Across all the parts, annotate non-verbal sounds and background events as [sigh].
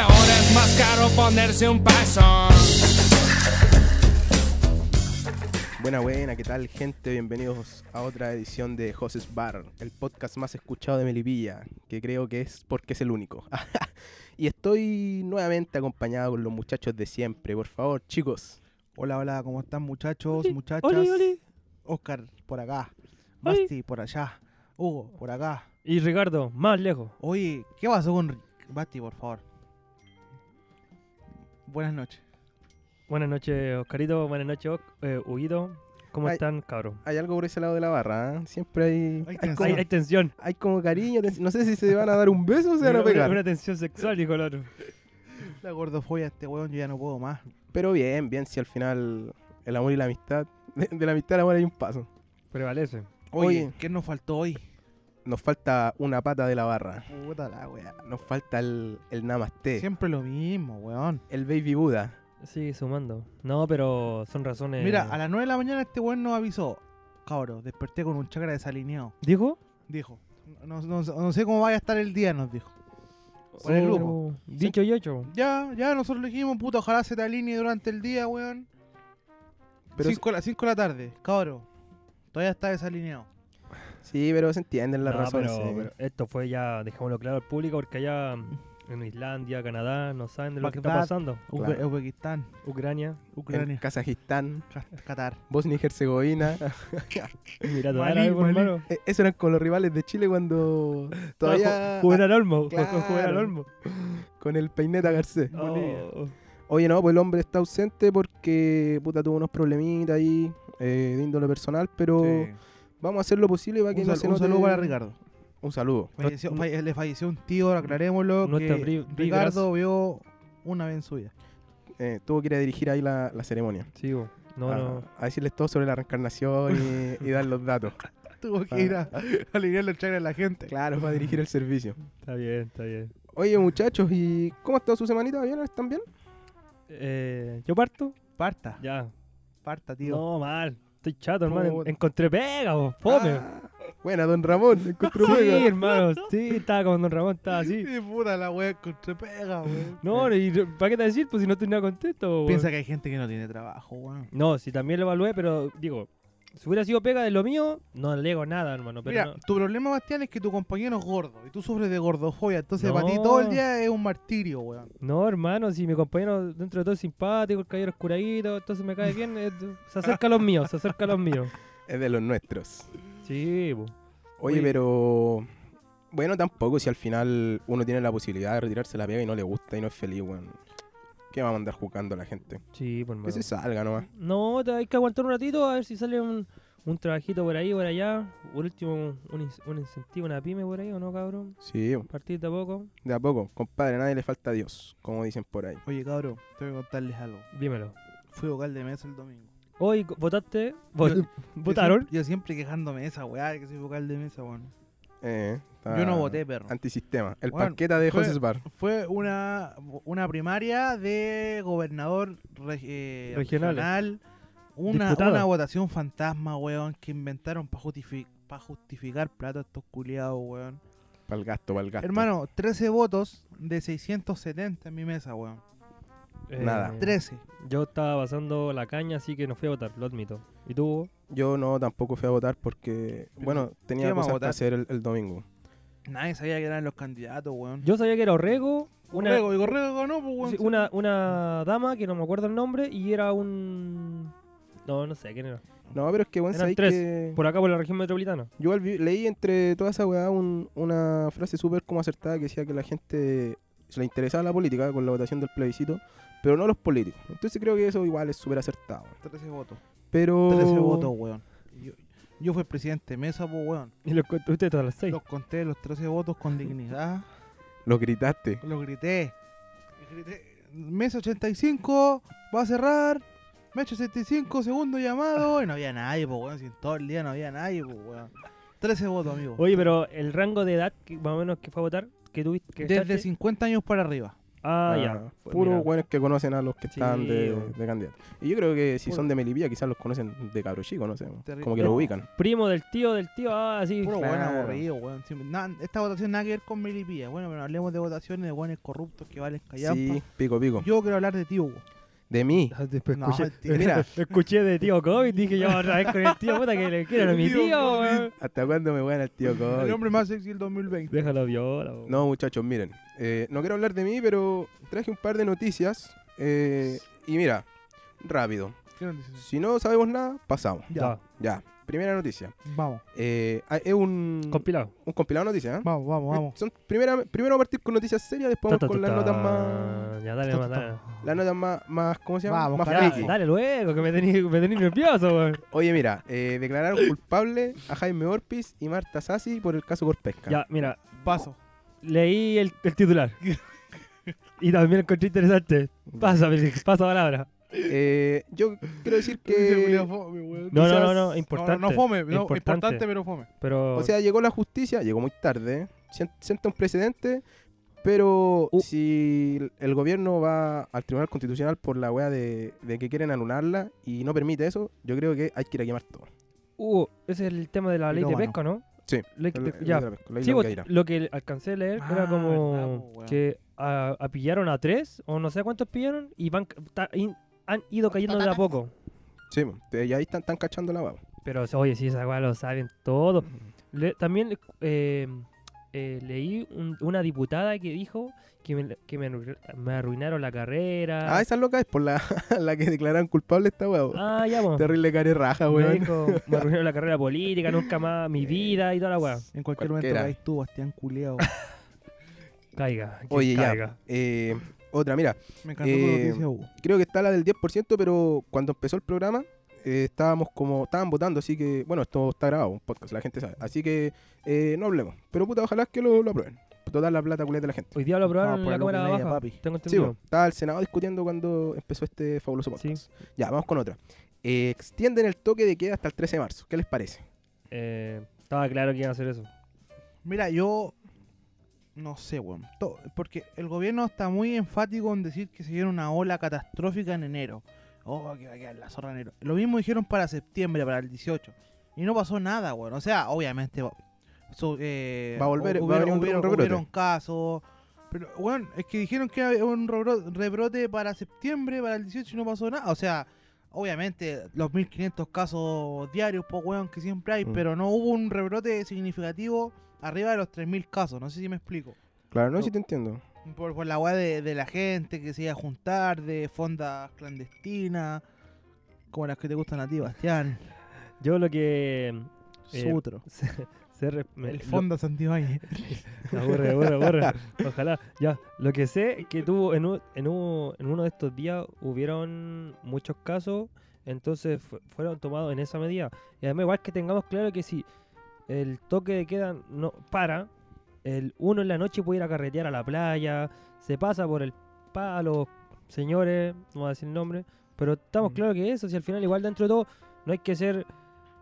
Ahora es más caro ponerse un paso. Buena, buena, ¿qué tal, gente? Bienvenidos a otra edición de José's Bar, el podcast más escuchado de Melipilla, que creo que es porque es el único. [laughs] y estoy nuevamente acompañado con los muchachos de siempre. Por favor, chicos, Hola, hola, ¿cómo están muchachos, muchachas? Oscar por acá, Oli. Basti por allá, Hugo por acá. Y Ricardo, más lejos. Oye, ¿qué pasó con Ri- Basti, por favor? Buenas noches. Buenas noches, Oscarito. Buenas noches, Oc- eh, Huguito. ¿Cómo Ay. están, cabros? hay algo por ese lado de la barra, ¿eh? Siempre hay, Hay hay, tensión. como, Hay, hay tensión. hay como cariño, tens- no sé si se van a dar un beso o se van a Una- Una, pegar. una tensión sexual, dijo el otro. La gordofobia de este weón, yo ya no puedo más. Pero bien, bien, si al final el amor y la amistad, [laughs] de, de la amistad al amor hay un paso. Prevalece. Oye, Oye. ¿qué nos faltó hoy? Nos falta una pata de la barra, Puta la weá. nos falta el, el namaste, Siempre lo mismo, weón. el baby Buda. Sigue sumando. No, pero son razones. Mira, a las 9 de la mañana este weón nos avisó. Cabro, desperté con un chakra desalineado. ¿Dijo? Dijo. No, no- no sé cómo vaya a estar el día, nos dijo. Por el Oh, grupo. Dicho y hecho. Ya, ya, nosotros le dijimos, puta, ojalá se te alinee durante el día, weón. Pero 5 de la, cinco de la tarde, cabro. Todavía está desalineado. Sí, pero se entienden las No, razones. pero- sí. pero esto fue ya, dejémoslo claro al público, porque allá en Islandia, Canadá, no saben de lo que está Bagdad. pasando. Uzbe- Claro. Uzbekistán, [laughs] Ucrania. en Ucrania, Kazajistán, Ca- Qatar. Bosnia y Herzegovina. [laughs] Mira, Malí, todavía Malí. hermano. Eh, Esos eran con los rivales de Chile cuando todavía Jugar al Olmo. [laughs] Claro. Jugar al Olmo. [laughs] con el peineta Garcés. Oh. Oye, no, pues el hombre está ausente porque puta tuvo unos problemitas ahí eh, de índole personal, pero vamos a hacer lo posible para que Un, no sal- se un note- saludo para Ricardo. Un saludo. Falleció- falle- le falleció un tío, aclarémoslo. No que está bri- Ricardo vio una vez en su vida. Eh, tuvo que ir a dirigir ahí la, la ceremonia. Sí, bo. no, a, no. a decirles todo sobre la reencarnación y, y dar los [laughs] datos. Tuvo Ah. que ir a, a alinear los chakras a la gente. Claro, para dirigir el servicio. Está bien, está bien. Oye, muchachos, ¿y cómo ha estado su semanita? ¿Bien? ¿Están bien? Eh, ¿Yo parto? Parta, Ya. parta, tío. No, mal. Estoy chato, hermano. Puta. En- Encontré pega, vos. Fome. Ah, buena, don Ramón. encontró sí, pega. hermano. Sí, estaba con Don Ramón, estaba así. Sí, puta la wea encontré pega, weón. No, y ¿para qué te decir? Pues si no estoy nada contento. bo. Piensa que hay gente que no tiene trabajo, weón. No, si también lo evalué, pero digo, si hubiera sido pega de lo mío, no le digo nada, hermano. Pero Mira, no. tu problema, Bastián, es que tu compañero es gordo y tú sufres de gordofobia. Entonces, No. para ti todo el día es un martirio, weón. No, hermano, si mi compañero dentro de todo es simpático, el caballero es curadito, entonces me cae bien, eh, se acerca a los míos, se acerca a los míos. Es de los nuestros. [laughs] Sí, bo. Oye, Oye. pero. Bueno, tampoco si al final uno tiene la posibilidad de retirarse la pega y no le gusta y no es feliz, weón. ¿Qué vamos a andar juzgando a la gente? sí, pues, por Que se salga nomás. No, te- hay que aguantar un ratito a ver si sale un, un trabajito por ahí, por allá. Por último, un, ins- un incentivo, una pyme por ahí, ¿o no, cabrón? Sí, Partir de a poco. de a poco. Compadre, a nadie le falta a Dios, como dicen por ahí. Oye, cabrón, tengo que contarles algo. Dímelo. Fui vocal de mesa el domingo. Hoy co- votaste, vo- [laughs] Yo- votaron. Yo siempre, yo siempre quejándome de esa weá, de que soy vocal de mesa, weón. Eh, está Yo no voté, perro. Antisistema. El Weón, paqueta de fue- José Bar. Fue una, una primaria de gobernador reg- eh, Regionales. regional. Una, Diputada. una votación fantasma, weón, que inventaron para justificar plata a estos culiados, weón. Para el gasto, para el gasto. Hermano, 13 votos de 670 en mi mesa, weón. nada. 13. Eh, Yo estaba pasando la caña, así que no fui a votar, lo admito. ¿Y tú? Yo no, tampoco fui a votar porque, bueno, tenía ¿quién va a cosas que votar? hacer el, el domingo. Nadie sabía que eran los candidatos, weón. Yo sabía que era Orrego, una, Correo, y Correo ganó, pues, weón. sí, una, una dama que no me acuerdo el nombre y era un. No, no sé quién era. No, pero es que, bueno, Eran sabéis tres. que. Por acá, por la región metropolitana. Yo al vi- leí entre toda esa weá un- una frase súper como acertada que decía que la gente se le interesaba la política con la votación del plebiscito, pero no los políticos. Entonces creo que eso igual es súper acertado. 13 votos. Pero... 13 votos, weón. Yo, yo fui presidente de mesa, pues, weón. Y lo cuento usted todas las seis. Los conté los 13 votos con dignidad. Los gritaste. Los grité. grité. Mesa 85, va a cerrar. Mesa 85, segundo llamado. Y no había nadie, pues, weón. Si en todo el día no había nadie, pues, weón. 13 votos, amigo. Oye, pero el rango de edad, que más o menos, que fue a votar, que tuviste. Que Desde echaste, 50 años para arriba. Ah, Ah, ya. Pues puros mira. buenos que conocen a los que Sí, están de, weón. de candidato. Y yo creo que si Puro- son de Melipilla, quizás los conocen de cabro chico, no sé. Terrible. Como que lo No. ubican. Primo del tío, del tío, ah, sí. Puro Claro. bueno aburrido, weón. Sí, na- esta votación nada que ver con Melipilla. Bueno, pero hablemos de votaciones de buenos corruptos que valen callampa. Sí, pico, pico. Yo quiero hablar de tío, weón. De mí. No, Escuché- [laughs] mentira. [laughs] mira, Escuché de tío COVID, dije yo otra vez con el tío, puta [laughs] que le quieren a mi Tío tío, COVID. weón. ¿hasta cuándo me voy al [laughs] tío El COVID? hombre más sexy del 2020. Déjalo viola, weón. No, muchachos, miren. eh, no quiero hablar de mí, pero traje un par de noticias. eh, y mira, rápido. ¿Qué nos dicen? Si no sabemos nada, pasamos. Ya, Ya. Ya. Primera noticia. vamos, Eh, ah, es un, Compilado. un compilado de noticias, ¿eh? vamos, vamos, vamos. Son primera, primero vamos a partir con noticias serias, después Ta, vamos ta, con ta, las ta. notas más. Ya, dale, Ta, más, ta, dale. ta. Las notas más, más ¿cómo se llama? Vamos, más carajo. freaky. Dale luego, que me tenís me tení nervioso, weón. Oye, mira, eh, declararon culpable a Jaime Orpiz y Marta Sassi por el caso Corpesca. Ya, mira, Paso. leí el, [laughs] el titular. y también lo encontré interesante. Pasa, Félix, pasa palabra. Eh, yo quiero [laughs] decir Dice que. Julián Fome, weón. Eh, No, no, Quizás- no, no, no, no, importante. No, no fome, no, importante. importante. pero fome. Pero O sea, llegó la justicia, llegó muy tarde, sien- sienta un precedente, pero Uh. si el- el gobierno va al Tribunal Constitucional por la wea de, de que quieren anularla y no permite eso, yo creo que hay que ir a quemar todo. Hugo, ese es el tema de la ley de Pirómano. pesca, ¿no? Sí, Ley de El- el- pesca, Este, ya. la pesca, la Sí, isla vos- Guaira. lo que alcancé a leer era Ah, verdad, como po, weón. que a- apillaron a tres o no sé cuántos pillaron y van ca- ta- in- han ido cayendo de a poco. Sí, mo, te- y ahí están, están cachando la wea. Pero oye, sí, esa weá lo saben todo. Le- también eh, eh, leí un- una diputada que dijo que, me, que me arruin- me arruinaron la carrera. Ah, esa loca es por la, [laughs] la que declararon culpable esta wea. bo. Ah, ya, po. Terrible care raja, Me weón. dijo, me arruinaron la carrera política, nunca más mi vida y toda la weá. En cualquier Cualquiera. momento caes tú, Bastián Culeado. Caiga, que Oye, ya. caiga. Eh, otra, mira, [laughs] Me encantó tu Eh, noticia, Hugo. creo que está la del 10%, pero cuando empezó el programa eh, estábamos como, estaban votando, así que, bueno, esto está grabado, un podcast, la gente sabe, así que eh, no hablemos, pero puta, ojalá que lo, lo aprueben, total la plata culeta de la gente. Hoy día lo Vamos aprobaron a en la ponerlo cámara con ella, baja. papi. Tengo Sí, entendido. bo, estaba el Senado discutiendo cuando empezó este fabuloso podcast. Ya, vamos con otra. Eh, extienden el toque de queda hasta el 13 de marzo, ¿qué les parece? Eh, estaba claro que iban a hacer eso. Mira, yo no sé, weón. To- Porque el gobierno está muy enfático en decir que se viene una ola catastrófica en enero. Oh, que va a quedar la zorra en enero. Lo mismo dijeron para septiembre, para el 18. Y no pasó nada, weón. O sea, obviamente. va- su- eh, Va a volver- hu- va a venir un re- hubieron, un hubieron- rebrote. hubieron casos. Pero, weón, es que dijeron que había un rebro- rebrote para septiembre, para el 18 y no pasó nada. O sea, Obviamente, los 1500 casos diarios, po, weón, que siempre hay, Mm. pero no hubo un rebrote significativo arriba de los 3000 casos. No sé si me explico. Claro, no, No. si te entiendo. Por, por la weá de, de la gente que se iba a juntar, de fondas clandestinas, como las que te gustan a ti, Bastián, Yo lo que. [laughs] Eh, Sutro, Se, se re- me- el lo- Fondo Santibáñez. No, borra, borra, borra. Ojalá. Ya, lo que sé es que tuvo en, un- en, un- en uno de estos días hubieron muchos casos, entonces fu- fueron tomados en esa medida. Y además igual que tengamos claro que si el toque de queda no para, el uno en la noche puede ir a carretear a la playa, se pasa por el palo, señores, no voy a decir el nombre, pero estamos Mm. claros que eso, si al final igual dentro de todo no hay que ser,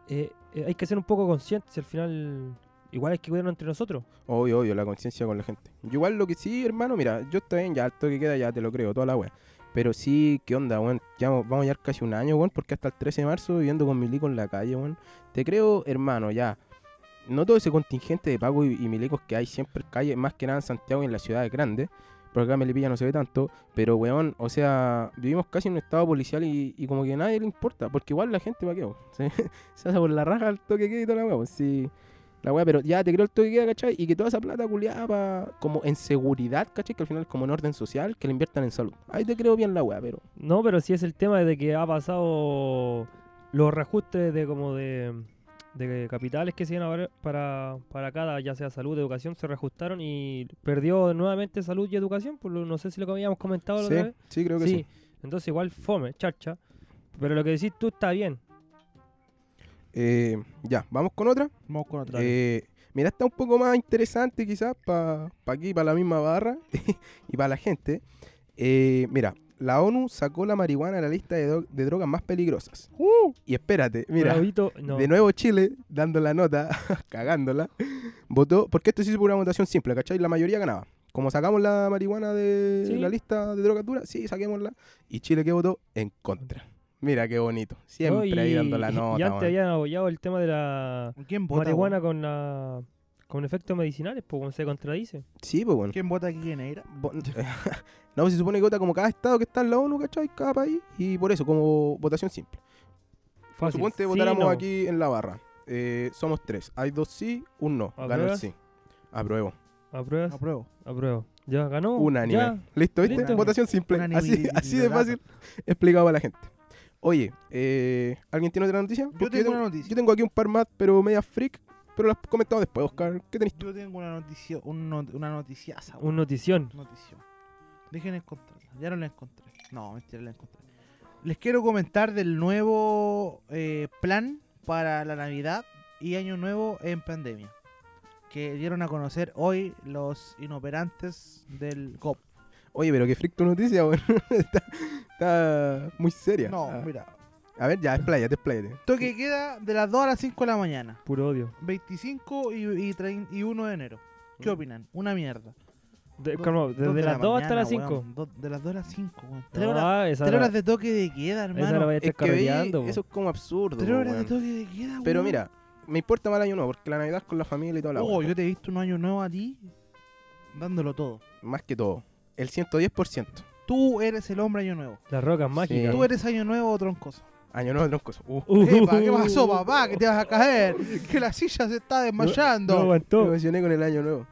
eh, eh, hay que ser un poco conscientes, si al final igual hay que cuidarnos entre nosotros. Obvio, obvio, la conciencia con la gente. Yo igual lo que sí, hermano, mira, yo estoy en ya alto que queda, ya te lo creo, toda la wea. Pero sí, ¿qué onda, weón? Ya vamos vamos a llevar casi un año, weón, porque hasta el 13 de marzo viviendo con Milico en la calle, weón. Te creo, hermano, ya. No todo ese contingente de pagos y, y milicos que hay siempre en calle, más que nada en Santiago y en las ciudades grandes. Porque acá en Melipilla no se ve tanto, pero weón, o sea, vivimos casi en un estado policial y, y como que a nadie le importa, porque igual la gente va que se, [laughs] se hace por la raja el toque que y toda la wea, pues, sí. La weá, pero ya te creo el toque de queda, ¿cachai? Y que toda esa plata culiada pa- como en seguridad, ¿cachai? Que al final es como en orden social, que la inviertan en salud. Ahí te creo bien la weá, pero. No, pero sí es el tema de que ha pasado los reajustes de como de, de capitales que se iban a ver para, para cada, ya sea salud, educación, se reajustaron y perdió nuevamente salud y educación, por lo- no sé si lo que habíamos comentado la otra Sí, vez. sí, creo que Sí. sí. Entonces igual fome, charcha. Pero lo que decís tú está bien. Eh, ya, vamos con otra. [laughs] Vamos con otra. Eh, mira, está un poco más interesante quizás para aquí, para la misma barra [laughs] y para la gente. Eh, mira, la ONU sacó la marihuana de la lista de, dro- de drogas más peligrosas. Y espérate, mira. Bravito, no. De nuevo Chile, [laughs] dando la nota, cagándola, votó, porque esto se hizo por una votación simple, ¿cachai? La mayoría ganaba. Como sacamos la marihuana de Sí. la lista de drogas duras, sí, saquémosla. Y Chile que votó en contra. Mira qué bonito. Siempre No, y- ahí dando la nota. Y antes weón. habían abollado el tema de la ¿Quién vota? marihuana weón? con la con efectos medicinales, pues weón, se contradice. Sí, pues bueno. ¿Quién vota aquí en Eira? Bo- [laughs] No, se supone que vota como cada estado que está en la ONU, ¿cachai? Cada país. Y por eso, como votación simple. Fácil. Suponte Sí, votáramos no. aquí en la barra. Eh, somos tres. Hay dos sí, un no. Gano el ¿Apruebas? sí. Apruebo. Pues, ¿Apruebas? Apruebo. Apruebo. Ya ganó. Unánime. Ya. ¿Listo, viste? Listo. Votación simple. Unánime pues, Así, y- así y de relato. fácil explicado para la gente. Oye, eh, ¿alguien tiene otra noticia? Porque tengo una noticia. Yo tengo aquí un par más, pero media freak. Pero las comentamos después, Oscar. ¿Qué tenés? Yo tengo una noticia, un not- una noticiaza. weón. Un notición. Noticia. Dejen encontrarla. Ya no la encontré. No, mentira, la encontré. Les quiero comentar del nuevo eh, plan para la Navidad y Año Nuevo en pandemia. Que dieron a conocer hoy los inoperantes del GOP. Oye, pero qué freak tu noticia, [laughs] weón. está, está muy seria. No, Ah. mira. A ver, ya, expláyate, expláyate. Toque queda de las 2 a las 5 de la mañana. Puro odio. 25 y, y, trein- y 1 de enero. ¿Qué Mm. opinan? Una mierda. De- Do- calma, dos desde de la las 2 hasta mañana, las 5. weón. Do- De las 2 a las 5, weón. 3 horas, Ah, esa tres hora- horas de toque de queda, Esa la hermano. vaya a Es estar que veí, carreteando, po. eso es como absurdo. Tres po, horas de weón. toque de queda, weón. Pero mira, me importa más el año nuevo, porque la Navidad es con la familia y toda la Oh, weá. yo te he visto un año nuevo a ti dándolo todo. Más que todo, el 110%. Tú eres el hombre año nuevo. Las rocas mágicas. Tú eres año nuevo troncoso. Año nuevo, troncos. Uh. Uh, [laughs] Epa, ¿qué [laughs] pasó, papá? Que te vas a caer. Que la silla se está No desmayando. Me aguantó. emocioné con el año nuevo.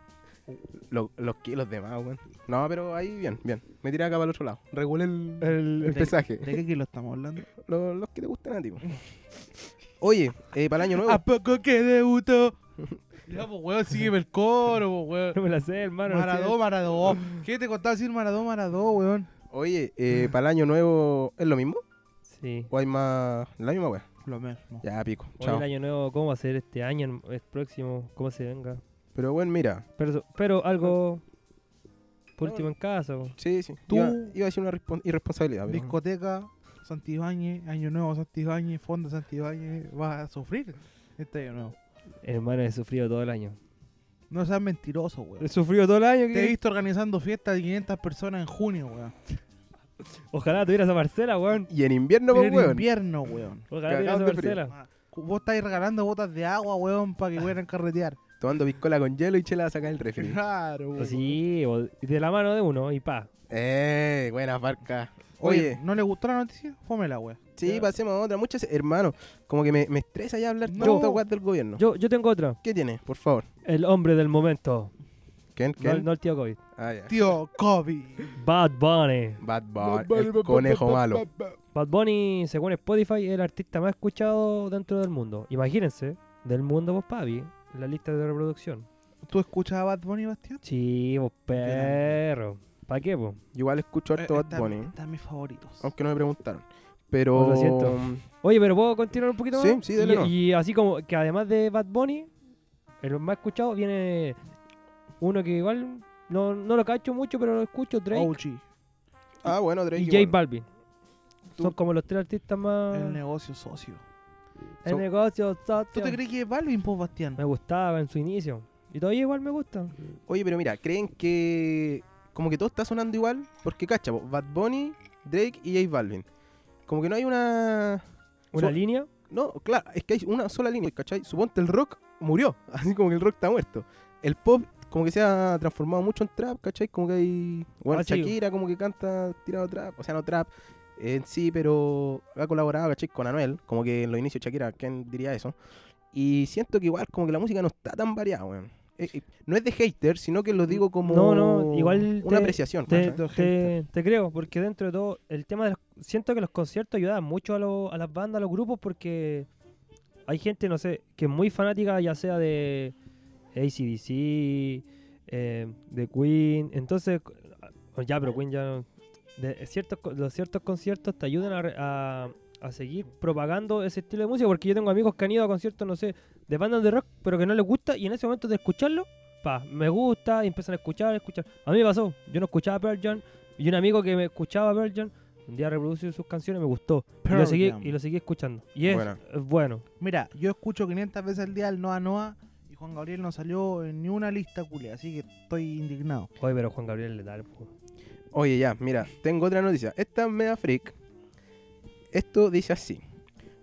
Lo- los kilos de más, weón. No, pero ahí bien, bien. Me tiré acá para el otro lado. Regulé el, El- el pesaje. ¿De qué kilo estamos hablando? Lo- los que te gustan a ti, po. Oye, eh, para el año nuevo. ¿A poco que debutó? [laughs] Ya, pues, weón, sígueme el coro, pues, weón. [laughs] No me la sé, hermano. no sé. Maradó, Maradó. ¿Qué te costaba decir Maradó, Maradó, weón? Oye, eh, para el año nuevo, ¿es lo mismo? Sí. ¿O hay más. la misma weá? Lo mismo. Ya, pico. Oye, Chao. el año nuevo, ¿cómo va a ser este año? El próximo, ¿cómo se venga? Pero bueno, mira. Pero, pero algo. Por último en casa, po. Sí, sí. Tú- Iba, iba a decir una respon- irresponsabilidad, pero- Discoteca, Santibáñez, Año Nuevo Santibáñez, Fondo Santibáñez. Vas a sufrir este año nuevo. Hermano, he sufrido todo el año. No seas mentiroso, weón. He sufrido todo el año. Te he visto organizando fiestas de 500 personas en junio, weón. Ojalá tuvieras a Marcela, weón. Y en invierno, Pero pues, en weón. invierno, weón. Ojalá tuvieras Cagados a de frío. Marcela. Vos estáis regalando botas de agua, weón, para que [laughs] puedan carretear. Tomando piscola con hielo y chela a sacar el refri. Claro, weón. Sí, o de la mano de uno y pa. eh, buena barca. Oye, Oye, ¿no le gustó la noticia? Fómela, weón. sí, ya. pasemos a otra. Muchas, hermano, como que me, me estresa ya hablar No. tanto weas del gobierno. Yo, yo tengo otra. ¿Qué tiene? Por favor. El hombre del momento. ¿Quién? No, ¿Quién? no el tío COVID. Ah, ya. Tío Kobe. Bad Bunny. Bad Bunny, el conejo malo. Bad Bunny, según Spotify, es el artista más escuchado dentro del mundo. Imagínense, del mundo vos, papi, en la lista de reproducción. ¿Tú escuchas a Bad Bunny, Bastián? Sí, vos, perro. ¿Para qué, vos? Igual escucho harto Eh, Bad están- Bunny, Están mis favoritos. aunque no me preguntaron. Pero. mm, Lo siento. Oye, pero ¿puedo continuar un poquito más? Sí, sí, dale Y- nomás. Y, así como que además de Bad Bunny, el más escuchado viene uno que igual no, no lo cacho mucho, pero lo escucho, Drake Ouchi. Ah, bueno, Oh, Drake. y J bueno. Balvin. Tú- Son como los tres artistas más... El El, negocio socio. son- negocio, ¿Tú socio. te crees que es Balvin, pues, Bastián? Me gustaba en su inicio. Y todavía igual me gusta. Oye, pero mira, ¿creen que. Como que todo está sonando igual? Porque, cacha, po, Bad Bunny, Drake y J Balvin. Como que no hay una. Una Su- línea. No, claro, es que hay una sola línea, ¿cachai? Suponte el rock murió, [laughs] así como que el rock está muerto. El pop como que se ha transformado mucho en trap, ¿cachai? Como que hay... Bueno, Ah, sí. Shakira como que canta tirado trap, o sea, no trap en sí, pero ha colaborado, ¿cachai? Con Anuel, como que en los inicios Shakira, ¿quién diría eso? Y siento que igual como que la música no está tan variada, weón. Eh, eh, no es de hater, sino que lo digo como No, no, igual una te- apreciación. ¿cachai? Te, Mucho te- te creo, porque dentro de todo, el tema de los- siento que los conciertos ayudan mucho a, lo- a las bandas, a los grupos, porque hay gente, no sé, que es muy fanática, ya sea de ACDC, eh, de Queen, entonces, o ya, pero Queen ya no. de ciertos, co- los ciertos conciertos te ayudan a, re- a- a seguir propagando ese estilo de música, porque yo tengo amigos que han ido a conciertos, no sé, de bandas de rock, pero que no les gusta, y en ese momento de escucharlo, pa, me gusta, y empiezan a escuchar, a escuchar. A mí me pasó, yo no escuchaba Pearl Jam, y un amigo que me escuchaba Pearl Jam, un día reprodució sus canciones, me gustó, y lo, Pearl seguí, Jam. y lo seguí escuchando. Y es Buena. es bueno. Mira, yo escucho 500 veces al día el Noa Noa y Juan Gabriel no salió en ni una lista culé, así que estoy indignado. Oye, pero Juan Gabriel le da el Oye, ya, mira, tengo otra noticia. Esta es media freak. Esto dice así.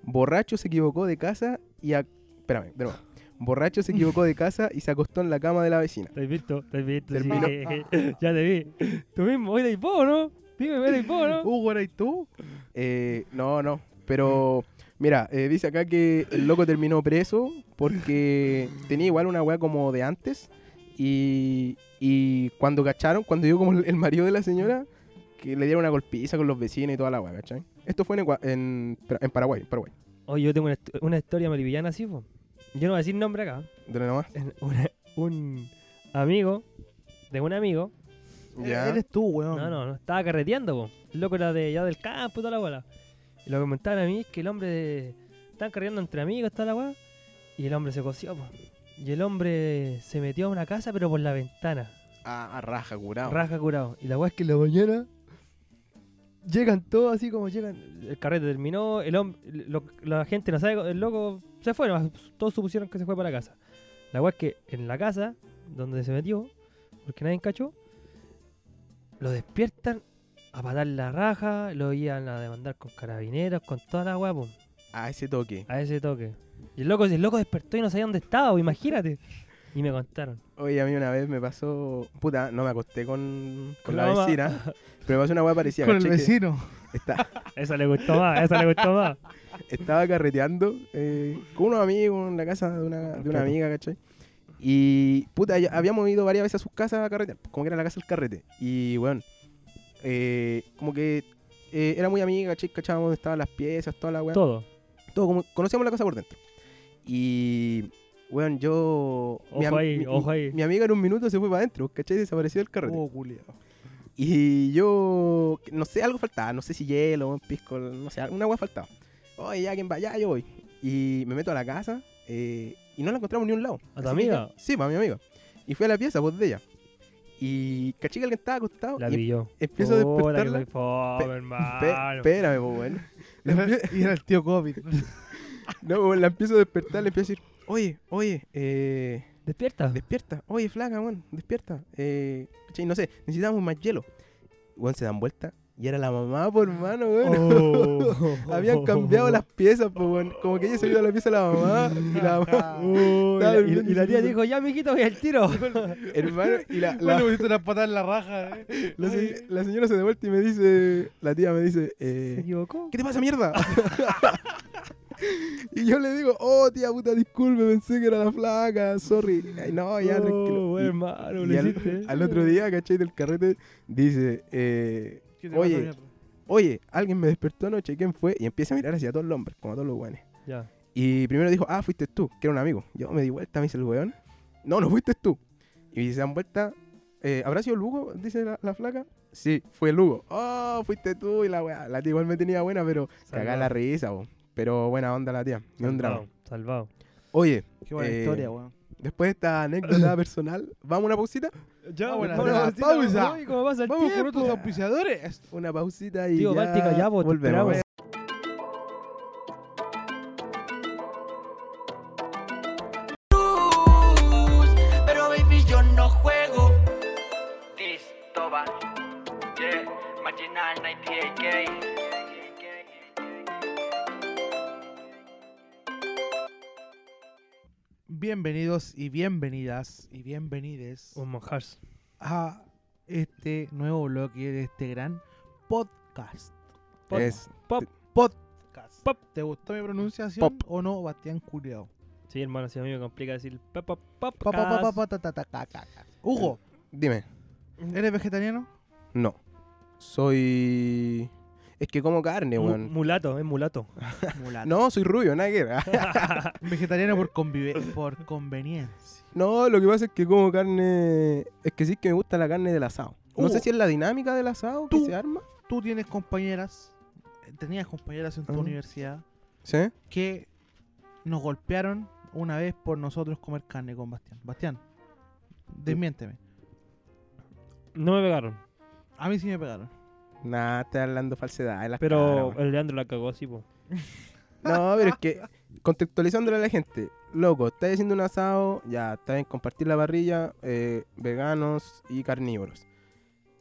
Borracho se equivocó de casa y... a- Espérame, de nuevo. Borracho se equivocó de casa y se acostó en la cama de la vecina. Te has visto, te has visto. Terminó. Ah, sí. [laughs] ya te vi. Tú mismo, hoy de po, ¿no? Dime, de po, [laughs] ¿no? ah. Hugo, ¿eres tú? Eh, no, no. Pero, mira, eh, dice acá que el loco terminó preso porque tenía igual una weá como de antes. Y, y cuando cacharon, cuando yo como el el marido de la señora, que le dieron una golpiza con los vecinos y toda la weá, ¿cachai? Esto fue en, Egua- en, Tra- en Paraguay, en Paraguay. Oye, yo tengo una, histo- una historia malivillana así, po. Yo no voy a decir nombre acá. [laughs] Dale nomás. En una- un amigo de un amigo. Ya. Eh, Eres tú, weón. No, no, no. Estaba carreteando, po. El loco era de allá del campo y toda la bola. Y lo que comentaban a mí es que el hombre. Estaban carreteando entre amigos, toda la weá. Y el hombre se coció, po. Y el hombre se metió a una casa, pero por la ventana. Ah, raja, curado. Raja curado. Y la weá es que en la mañana llegan todos así como llegan. El carrete terminó, el hom- lo- la gente no sabe, el loco se fue, nomás, todos supusieron que se fue para la casa. La weá es que en la casa, donde se metió, porque nadie cachó, lo despiertan a patar la raja, lo iban a demandar con carabineros, con toda la weá, po, A Ah, ese toque. a ese toque. Y el loco, el loco despertó y no sabía dónde estaba, po, imagínate. Y me contaron. Oye, a mí una vez me pasó. Puta, no me acosté con, con Con la la [laughs] mamá. vecina. Pero me pasó una weá parecida. Con el ¿cachai? Que vecino. está- Esa le gustó más, esa le gustó más. estaba carreteando eh, con unos amigos en la casa de una, de una amiga, ¿cachai? Y, puta, ya habíamos ido varias veces a sus casas a carretear, como que era la casa del carrete. Y, bueno, como que eh, era muy amiga, ¿cachai? Cachábamos dónde estaban las piezas, toda la weá. Todo. Todo. como, conocíamos la casa por dentro. Y, bueno, yo... Ojo am- ahí, ojo ahí. Oh. mi amiga en un minuto se fue para adentro, ¿cachai? Desapareció del carrete. Hugo, culiao. Y yo, no sé, algo faltaba, no sé si hielo, un pisco, no sé, alguna hueá faltaba. Oye, ya, quien va, ya, yo voy. Y me meto a la casa eh, y no la encontramos ni un lado. ¿A tu Así que amiga? ya- sí, para mi amiga. Y fui a la pieza, pues de ella. Y caché que alguien estaba acostado. La y pilló. empiezo a Puta, que despertarla. soy fome, Pe- Pe- hermano. espérame, pues [laughs] bueno. Y era- y [laughs] era el [laughs] tío COVID. [laughs] No, pues, la empiezo a despertar, le empiezo a decir, oye, oye, eh. Despierta. Despierta, oye flaca, weón, despierta. Eh, cachai, no sé, necesitamos más hielo. Weón, se dan vuelta y era la mamá, por hermano, weón. Oh. [laughs] Habían cambiado las piezas, po, weón. Como que ella se había ido a la pieza de la mamá y [laughs] la mamá, [laughs] Uy, Estaba la- y, durmiendo y la tía su- dijo, ya, mijito, voy al [laughs] tiro. hermano, y la, Le la, pusiste una patada en la raja, eh. [laughs] la se- la señora se da vuelta y me dice, la tía me dice, ¿Se eh, equivocó? ¿qué te pasa, mierda? y yo le digo, oh, tía puta, disculpe, pensé que era la flaca, sorry. Ay, [laughs] no, ya, Oh, tranquilo. Y- hermano, y lo al, hiciste. al otro día, ¿cachai? Del carrete, dice, eh, ¿Qué te Oye. pasa, mierda? oye, alguien me despertó anoche, ¿quién fue? Y empieza a mirar hacia todos los hombres, como a todos los guanes. Ya. Y primero dijo, ah, fuiste tú, que era un amigo. Yo me di vuelta, me dice el weón, no, no fuiste tú. Y se dan vuelta, eh, ¿habrá sido Lugo? Dice la, la flaca. Sí, fue Lugo. Oh, fuiste tú y la weá. La tía igual me tenía buena, pero cagá Salvado. la risa, po. Pero buena onda la tía, ni un drama. Salvado, Salvado. Oye, Qué buena Eh, historia, weón. después de esta [coughs] anécdota personal, ¿vamos a una pausita? Ya, buena vamos a pausa. la pausa. Uy, ¿Cómo pasa el Vamos tiempo? por otros auspiciadores. Una pausita y Tío, ya Báltica, ya, vos, te volvemos. esperamos. Pero baby yo no juego Listo va Yeah Marginal 98K Bienvenidos y bienvenidas y bienvenides Un manjars. a este nuevo bloque de este gran podcast. Pop. Es- Podcast. Pop. ¿Te gustó mi pronunciación Pop. o no, Bastián Culeado? Sí, hermano, si a mí me complica decir pop, pop, pop, Pa, pa, pa, pa, pa, ta, ta, ta, ca, ca, ca. Hugo, Dime. ¿eres [laughs] vegetariano? No. Soy. Es que como carne, Mu- weón. Mulato, es mulato. Mulato. No, soy rubio, nada que ver. ah. Vegetariano por, convive- por conveniencia. No, lo que pasa es que como carne. Es que sí que me gusta la carne del asado. No Hugo, sé si es la dinámica del asado que tú- se arma. Tú tienes compañeras, eh, tenías compañeras en tu Ajá. universidad Sí. que nos golpearon una vez por nosotros comer carne con Bastián. Bastián, desmiénteme. No me pegaron. A mí sí me pegaron. Nah, estás hablando falsedad. en las Pero caras, weón. el Leandro la cagó así, po. no, pero es que. Contextualizándole a la gente. loco, estáis haciendo un asado, ya, está en compartir la parrilla, eh, veganos y carnívoros.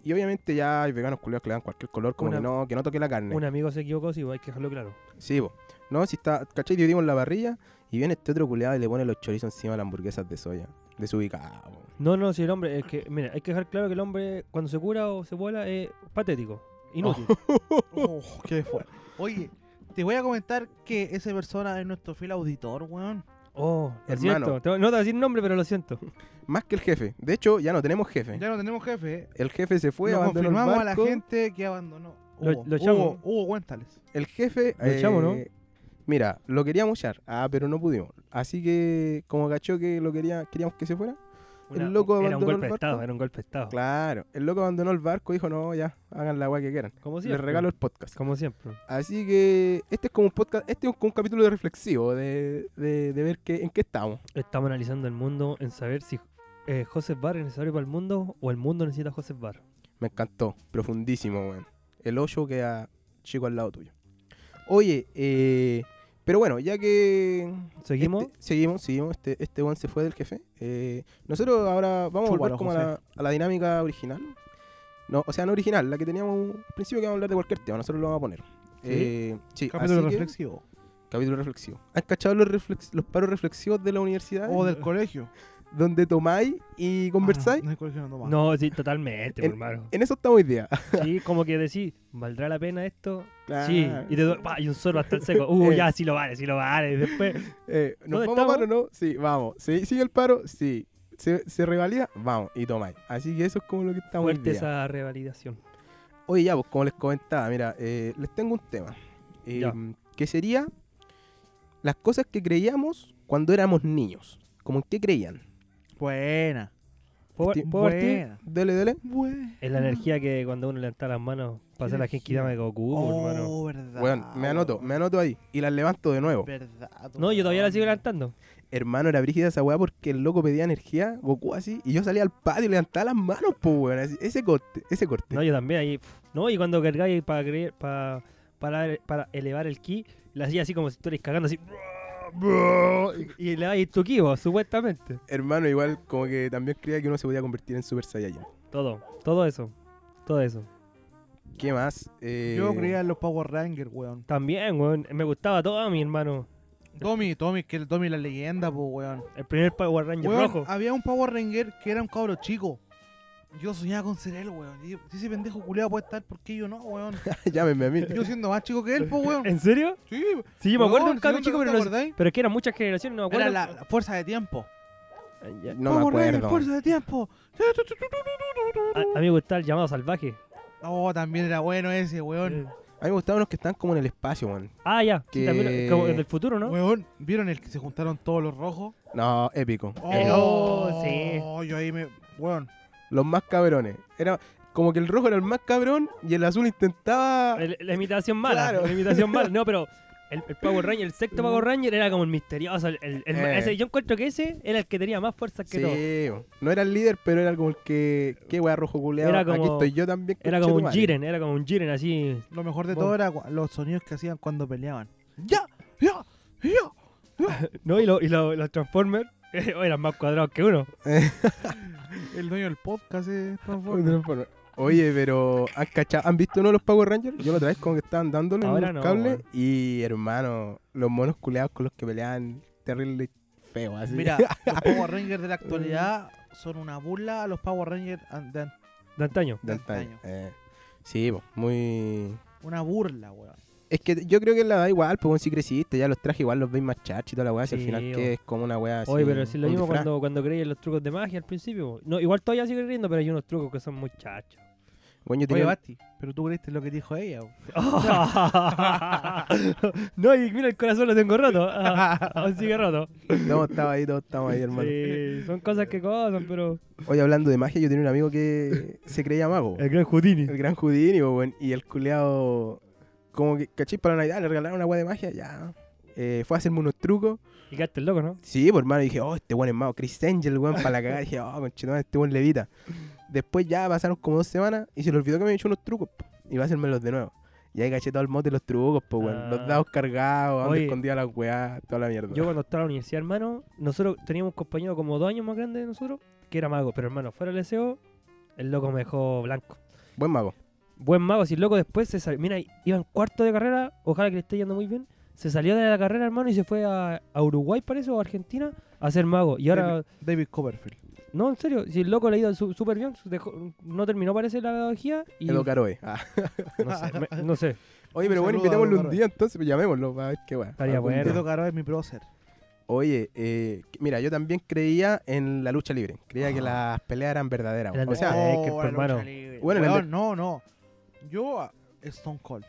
Y obviamente ya hay veganos culiados que le dan cualquier color, como Una- que no, que no toque la carne. Un amigo se equivocó, sí, hay que dejarlo claro. Sí, po. No, si está, ¿cachai? Dividimos la parrilla y viene este otro culiado y le pone los chorizos encima de las hamburguesas de soya. Desubicado. po. No, no, si el hombre, es que, mira, hay que dejar claro que el hombre cuando se cura o se vuela es patético, inútil. Oh, qué fuerte. Oye, te voy a comentar que esa persona es nuestro fiel auditor, weón. Oh, lo Hermano. siento. Te- No te voy a decir nombre, pero lo siento. Más que el jefe. De hecho, ya no tenemos jefe. Ya no tenemos jefe. eh. El jefe se fue, Nos abandonó el confirmamos a la barco. gente que abandonó. Lo- Hugo, lo llamo. Hugo, Hugo Huéntales. El jefe. eh, Lo echamos, ¿no? Mira, lo queríamos echar. Ah, pero no pudimos. Así que, como cachó que lo quería, queríamos que se fuera. El loco era un abandonó golpe el de barco. estado, era un golpe de estado. Claro. El loco abandonó el barco y dijo, no, ya, hagan la agua que quieran. Como Les siempre. regalo el podcast. Como siempre. Así que este es como un podcast, este es como un capítulo de reflexivo, de, de, de ver qué, en qué estamos. Estamos analizando el mundo en saber si eh, Joseph Barr es necesario para el mundo o el mundo necesita a Joseph Barr. Me encantó, profundísimo, weón. El hoyo queda chico al lado tuyo. Oye, eh, pero bueno, ya que... ¿Seguimos? este- seguimos, seguimos. Este, este weón se fue del jefe. Eh, nosotros ahora vamos a volver Chúpalo, como a la, a la dinámica original. No, o sea, no original, la que teníamos al principio que íbamos a hablar de cualquier tema. Nosotros lo vamos a poner. Eh, sí, Capítulo así que- reflexivo. capítulo reflexivo. ¿Has cachado los, reflex- los paros reflexivos de la universidad? O del colegio. donde tomáis y conversáis conversáis. no, del colegio no toma. No, sí, totalmente, pues, En- hermano. En eso estamos hoy día. [laughs] Sí, como que decís, ¿valdrá la pena esto? Claro. Sí. Y, te doy- pa, y un solo hasta [laughs] el seco. Uh, Eh. ya, sí lo vale, sí lo vale. Y después, Eh, ¿Nos ¿Dónde vamos a estamos? paro no? Sí, vamos. ¿Sí, ¿Sigue el paro? Sí. ¿Se, se revalida? Vamos, y tomáis. Así que eso es como lo que estamos hoy fuerte día. esa revalidación. Oye, ya, pues como les comentaba, mira, eh, les tengo un tema. eh, Ya. que sería las cosas que creíamos cuando éramos niños. Como en qué creían. Buena. ¿Puedo, Este- puedo partir? Buena. Dele, dele. Buena. Es la energía que cuando uno levanta las manos pasa la gente de Goku, Uh, hermano. Oh, verdad. Bueno, me anoto, me anoto ahí. Y las levanto de nuevo. Verdad. No, yo todavía la sigo weón. levantando. Hermano, era brígida esa weá porque el loco pedía energía, Goku así, y yo salía al patio y levantaba las manos, pues weón. así, Ese corte, ese corte. No, yo también ahí. pf, No, y cuando cargáis para creer, para, para, para elevar el ki, la hacía así como si estuvierais cagando así. Y y le dais tu ki, vos, supuestamente. Hermano, igual como que también creía que uno se podía convertir en Super Saiyajin. Todo, todo eso. Todo eso. ¿Qué más? Eh, Yo creía en los Power Rangers, weón. También, weón. Me gustaba todo a mi hermano. Tommy, Tommy, que el Tommy es la leyenda, pues, weón. El primer Power Ranger Weón, ah, rojo. Había un Power Ranger que era un cabro chico. Yo soñaba con ser él, weón. Y yo, si ese pendejo culiado puede estar, ¿por qué yo no, weón? [laughs] Llámenme a mí. Yo siendo más chico que él, pues, [laughs] weón. ¿En serio? Sí, Sí, yo me acuerdo de weón, un si cabro no te- chico, ¿no te pero no- acordáis? Pero es que eran muchas generaciones, no me acuerdo. Eh, Era la, la fuerza de tiempo. Ya. No Power me Ranger, acuerdo. fuerza de tiempo. A, a mí me gustaba el llamado salvaje. Eh, Oh, también era bueno ese, weón. A mí me gustaban los que están como en el espacio, weón. Ah, ya. Que- Sí, también, como el del futuro, ¿no? Weón, ¿vieron el que se juntaron todos los rojos? No, épico. Eh, épico. oh, sí. Yo ahí me. Weón. Los más cabrones. Era como que el rojo era el más cabrón y el azul intentaba. El- la imitación mala. Claro. La imitación mala. No, pero el, el [laughs] Power Ranger, el sexto Power Ranger era como el misterioso. El, el- el- Eh. ese- yo encuentro que ese era el que tenía más fuerza que todo. Sí, weón. no era el líder, pero era como el que. Qué weá rojo culeado. Era Aquí como- estoy yo también. Era como un conchetumare. Jiren, era como un Jiren así. Lo mejor de Bueno. todo era cu- los sonidos que hacían cuando peleaban. ¡Ya! ¡Ya! ¡Ya! No, y, lo- y lo- los Transformers [laughs] eran más cuadrados que uno. El dueño del podcast es [laughs] Un Transformer. [laughs] Oye, pero ¿han, cachado- ¿han visto uno de los Power Rangers? Yo la otra vez como que estaban dándole Ahora en no, los cables weón. y hermano, los monos culeados con los que peleaban terrible feo así. Mira, los Power Rangers de la actualidad son una burla a los Power Rangers an- de an- De antaño. De antaño. antaño. Eh, sí, po, muy Una burla, weón. es que yo creo que la da igual, pues si creciste, ya los trajes igual los veis más chachos y toda la weá, si al Sí, final po. que es como una weá así. Oye, pero si lo un mismo disfraz. cuando, cuando creí en los trucos de magia al principio. No, igual todavía sigo creyendo, pero hay unos trucos que son muy [laughs] chachos. [laughs] Bueno, yo Oye, tenía- Basti, pero tú creíste lo que dijo ella. weón. no, y mira, el corazón lo [laughs] tengo roto. [laughs] Ah, Aún sigue roto. todos estaba ahí, todos estamos ahí, hermano. [laughs] Sí, son cosas que cosas, pero. Oye, hablando de magia, yo tenía un amigo [laughs] que se creía mago. El gran Houdini. El gran Houdini, po, weón. Y el culeado. Como que, ¿cachai? Para Navidad le regalaron una weá de magia, ya. Eh, fue a hacerme unos trucos. Y quedaste loco, ¿no? Sí, por hermano, y dije, oh, este weón es mago. Chris Angel, weón, [laughs] para la cagada. Dije, oh, conchetumare, este weón levita. Después ya pasaron como dos semanas y se le olvidó que me había hecho unos trucos. po, Y va a hacérmelos de nuevo. Y ahí caché todo el mote los trucos, pues, weón. Ah. Los dados cargados, a dónde Oye. escondía las weas, toda la mierda. Yo cuando estaba en la universidad, hermano, nosotros teníamos un compañero como dos años más grande de nosotros, que era mago, pero hermano, fuera del SEO, el loco me dejó blanco. Buen mago. Buen mago, si el loco después se salió, mira, iba en cuarto de carrera, ojalá que le esté yendo muy bien, se salió de la carrera, hermano, y se fue a, a Uruguay, parece, o a Argentina, a ser mago. Y ahora, David Copperfield. no, en serio, si el loco le ha ido su- súper bien, su- dejó- no terminó, parece, la pedagogía, y Edo Caroe. Ah. no sé, me- no sé, [laughs] Oye, pero bueno, Saludo a Edo invitémoslo un Caroe. día entonces, pues, llamémoslo, para ver qué wea. E. Estaría Algún bueno. día. Tito Caro es mi prócer. Oye, eh, que- mira, yo también creía en la lucha libre. Creía que las peleas eran verdaderas. Ah. Eran O sea, verdaderas. que, hermano. Bueno, Bueno, el Under- no, no. Yo a Stone Cold.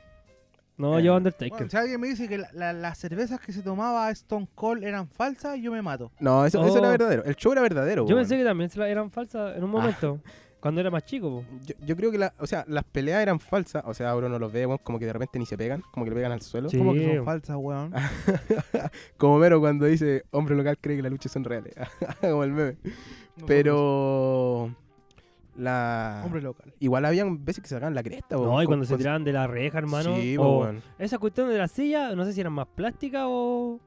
no, Eh, yo Bueno, Undertaker. si alguien me dice que la- la- las cervezas que se tomaba Stone Cold eran falsas, yo me mato. no, eso, eso era Oh. verdadero. El show era verdadero. Yo weón. pensé que también se la- eran falsas en un Ah. momento, cuando era más chico, po. Yo, yo creo que la- o sea, las peleas eran falsas. O sea, ahora uno los ve, weón, como que de repente ni se pegan, como que le pegan al suelo. Sí. ¿Cómo que son falsas, weón? Ah, Como Mero cuando dice, hombre local cree que las luchas son reales. [laughs] como el meme. No son Pero la falsas. Hombre local. igual habían veces que se sacaban la cresta, No, weón, y con- cuando se con- tiraban de la reja, hermano. Sí, o- weón. Esa cuestión de la silla, no sé si eran más plásticas o.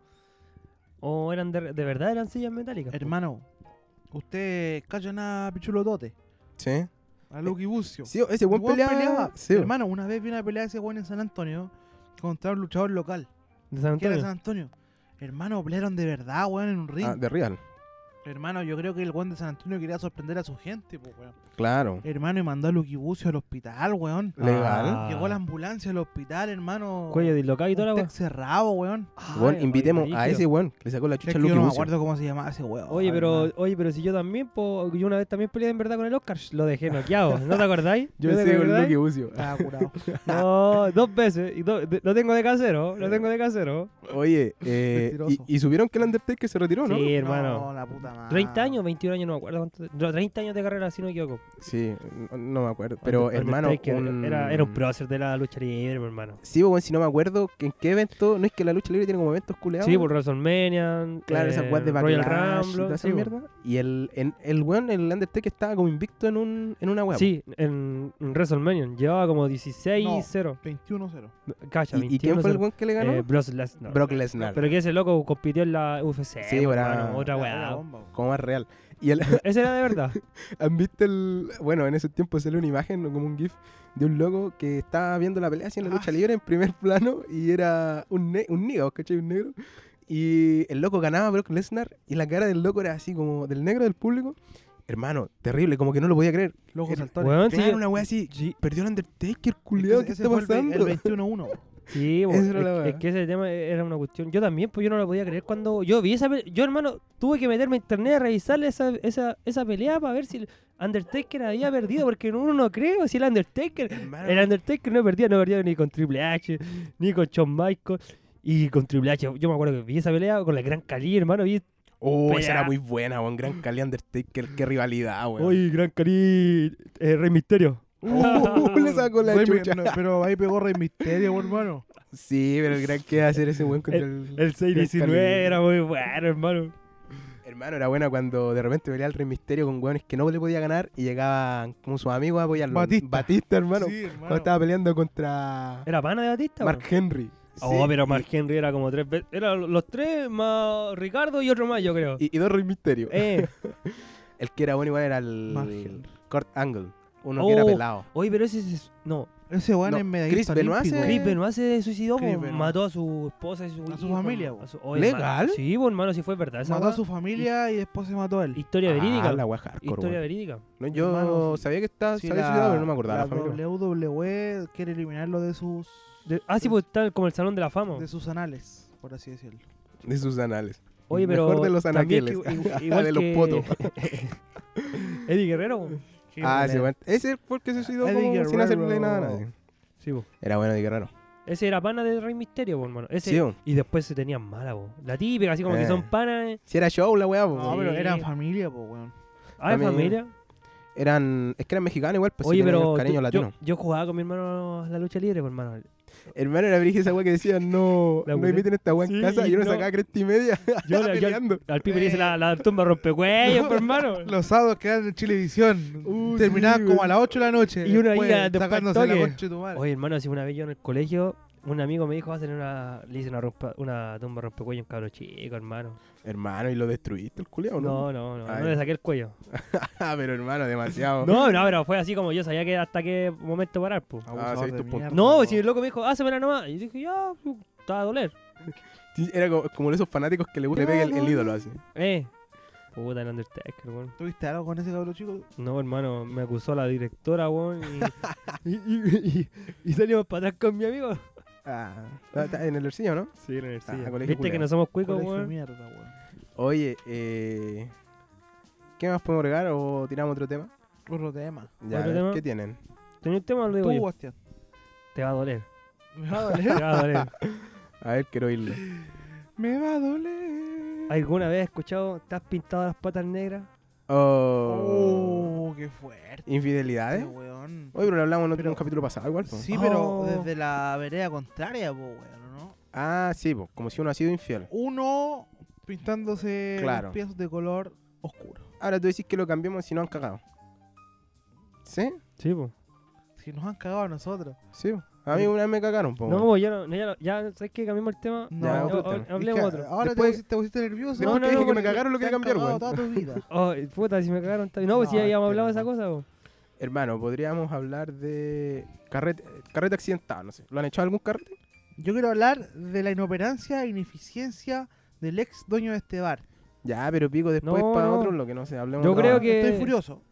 O eran de, de verdad eran sillas pues. metálicas. po. Hermano, usted calla a Pichulotote, Sí. a Lucky Bucio. Sí, ese Eh, El buen weón peleaba. peleaba. Sí, weón. Hermano, una vez vi una pelea de ese weón en San Antonio contra un luchador local. De San que era de Antonio. San Antonio? Hermano, pelearon de verdad, weón, en un ring. Ah, de Real. Hermano, yo creo que el weón de San Antonio quería sorprender a su gente, po, weón. Claro. Hermano, y mandó a Lucky Bucio al hospital, weón. Legal. Ah. Llegó la ambulancia al hospital, hermano. Cuello dislocado y toda la un wea. tec cerrado, weón. Weón, Ay, invitemos oye, a brígido. ese weón que le sacó la Es chucha que a yo Lucky no me Bucio. acuerdo cómo se llamaba ese weón. Oye, pero, hermano. oye, pero si yo también, po, yo una vez también peleé en verdad con el Oscar, lo dejé noqueado, ¿no te acordáis? [laughs] Yo ¿No te sé con acordáis? Lucky Bucio. [laughs] Estaba curado. No, dos veces, y do- de- lo tengo de casero, lo tengo de casero. Oye, [laughs] eh, y, Mentiroso. y supieron que el Undertaker se retiró, ¿no? Sí, No, hermano. la puta madre. Ah. 30 años, 21 años, no me acuerdo cuánto. no, 30 años de carrera, si no me equivoco. Sí, no, no me acuerdo. Pero Under- hermano, Undertaker, un- Era, era un prócer de la lucha libre, hermano. Sí, pues, weón, si no me acuerdo que en qué evento, no es que la lucha libre tiene como eventos culeados. Sí, por WrestleMania, Claro, eh, esas weas de Backlash Royal y toda Rumble, esa sí, po. mierda. Y el, en- el weón, el Undertaker estaba como invicto en, un, en una wea. Sí, en en WrestleMania llevaba como 16-0. 21-0. Cacha, Eh, ¿Y, y quién fue el weón que le ganó? Brock Lesnar. Brock Lesnar. Pero que ese loco compitió en la UFC. Sí, Ah, po, era- hermano, otra Era- era weá. bomba, weón. Como más real. Y el, Ese era [laughs] de verdad. ¿Han visto el...? Bueno, en ese tiempo salió una imagen, como un gif, de un loco que estaba viendo la pelea así en la Ah, lucha sí. libre en primer [laughs] plano y era un, ne un negro, ¿cachai? Un negro. Y el loco ganaba a Brock Lesnar y la cara del loco era así como del negro del público. Hermano, terrible, como que no lo podía creer. Loco Era- saltó. Weón, sí, Claro, una wea así, sí, perdió el Undertaker, Es que culiado, ese- ¿qué ese está fue el ve- pasando? El [laughs] 21-1. sí, po, Esa es, era la es weá. que ese tema era una cuestión. Yo también, pues yo no lo podía creer cuando yo vi esa pe- Yo, hermano, tuve que meterme a internet a revisar esa, esa, esa pelea para ver si el Undertaker había perdido, porque uno no cree, o si el Undertaker Hermano, El Undertaker no perdía, no perdía ni con Triple H, ni con Shawn Michaels, y con Triple H. Yo me acuerdo que vi esa pelea con la Gran Cali, hermano. Vi, oh, esa era Pelea. muy buena, weón. Gran Cali Undertaker, qué rivalidad, weón. ¡Uy, Gran Cali! eh, Rey Misterio. [laughs] Uh, le sacó la Rey Mi- chucha. no, pero ahí pegó Rey Misterio, weón, hermano. [laughs] Sí, pero el gran que va a hacer ese weón contra el... El 619 era muy bueno, hermano. Hermano, era buena cuando de repente peleaba el Rey Misterio con hueones que no le podía ganar y llegaban con sus amigos a apoyarlo. Batista. hermano. Sí, Cuando hermano. estaba peleando contra ¿Era pana de Batista? Mark weón? Henry. Oh, Sí, pero y- Mark Henry era como tres veces. Eran los tres más Ricardo y otro más, yo creo. Y, y dos Rey Misterio. Eh, El que era bueno igual era el Mark Henry. Kurt Angle. Uno que era Oh. pelado. oye, pero ese es. No, Ese weón No, es Chris medallista Benoit olímpico. se- Chris Benoit se suicidó, po, Chris Benoit. mató a su esposa y su A su hijo, familia, hermano. po. A su- oye, hermano, ¿Legal? Sí, po, hermano, sí fue verdad. esa Mató a weá. su familia y después se mató a él. Historia verídica. Ah, la wea hardcore, Historia weón. verídica. No, yo Hermano, sí. sabía que estaba, Sí, se había suicidado, pero no me acordaba. La, La familia. WWE quiere eliminarlo de sus De- ah, sí, pues está como el Salón de la Fama. de sus anales, por así decirlo. De sus anales. Oye, pero. Mejor de los también que anaqueles. [laughs] igu- igual de los que potos. [laughs] Eddie Guerrero. pues, ah, ese weón. Ese fue el que se suicidó Eddie como sin Guerrero. hacerle nada a nadie. Sí, po. Era bueno de Guerrero. Ese era pana de Rey Misterio, po, hermano. Ese, Sí, po. y después se tenían mala, po. La típica, así como Eh. que son panas. eh. Si era show la weá, po. No, Sí. pero eran familia, pues, weón. Ah, de Familia. familia. Eran, es que eran mexicanos igual, pues sí Oye, tenían pero. el cariño tú- latino. yo, yo jugaba con mi hermano la lucha libre, po, hermano. Hermano, era brígida esa weá que decía, no, La no culé. imiten esta weá en Sí, casa. Y uno no. sacaba cresta y media [laughs] Yo, le- yo- peleando. al pibe le dice la, la tumba rompecuellos, pues, hermano. Los sábados quedan en Chilevisión. Uh, Terminaban sí, como weón. a las 8 de la noche. Y uno ahí después, ya, después al sacándose la toque. concha de tu madre. Oye, hermano, si una vez yo en el colegio, un amigo me dijo, va a hacer una, le hice una, rompa- una tumba rompecuellos a un cabro chico, hermano. Hermano, ¿y lo destruiste el culiao, Oh, no? No, no, no, Ay. Oh. no le saqué el cuello. [laughs] Ah, pero hermano, demasiado. No, no, pero fue así como yo sabía que hasta qué momento parar, pues. Ah, Abusador sí, de tu punto. mierda, No, weón. si el loco me dijo, hácemela nomás. Y yo dije, ya, estaba a doler. Sí, Era como, como esos fanáticos que le gusta que le pegue el, el ídolo así. Eh. Puta, el Undertaker, weón. ¿Tuviste algo con ese cabrón chico? No, hermano, me acusó la directora, weón. [laughs] Y, y- y- y salimos para atrás con mi amigo. Ah, está- está en el bolsillo, ¿no? Sí, era Ercilla. Viste colegio que culiao. no somos cuicos, Ah, Colegio weón. mierda, weón. Oye, eh, ¿qué más podemos agregar o tiramos otro tema? Otro tema. Ya, ¿Otro a ver, tema? ¿qué tienen? Tenía un tema, lo digo Tú, yo. Bastián. Te va a doler. Me va a doler. Te va a doler. [laughs] A ver, quiero oírlo. Me va a doler. ¿Alguna vez has escuchado, te has pintado las patas negras? Oh, Oh, qué fuerte, ¿Infidelidades? weón. Oye, pero lo hablamos en otro- en Pero- un capítulo pasado, igual. po. Sí, pero Oh. desde la vereda contraria, po, weón, ¿no? Ah, sí, po, como si uno ha sido infiel. Uno pintándose Claro. los pies de color oscuro. Ahora tú decís que lo cambiamos si no han cagado. ¿Sí? Sí, pues. Si nos han cagado a nosotros. Sí. po. A mí una vez me cagaron, po. No, weón. po, ya no, no, ya, no- ya, ¿sabes qué? Cambiamos el tema. Oh. No, Ya, O- otro o- tema. hablemos Es que- otro. Ahora Después- te, pusiste, te pusiste nervioso. Después no, que no, dije que me porque cagaron lo Te quiero han cambiar, cagado weón. toda tu vida. Ay, puta, si me cagaron. tal- No, pues si No, ya habíamos este hablado de esa no. cosa, po. Hermano, podríamos hablar de carrete, carrete accidentado, no sé. ¿Lo han hecho algún carrete? [laughs] Yo quiero hablar de la inoperancia e ineficiencia del ex dueño de este bar. Ya, pero pico después No, para no. otro lo que no sé, hablemos Yo de- creo que- Estoy furioso.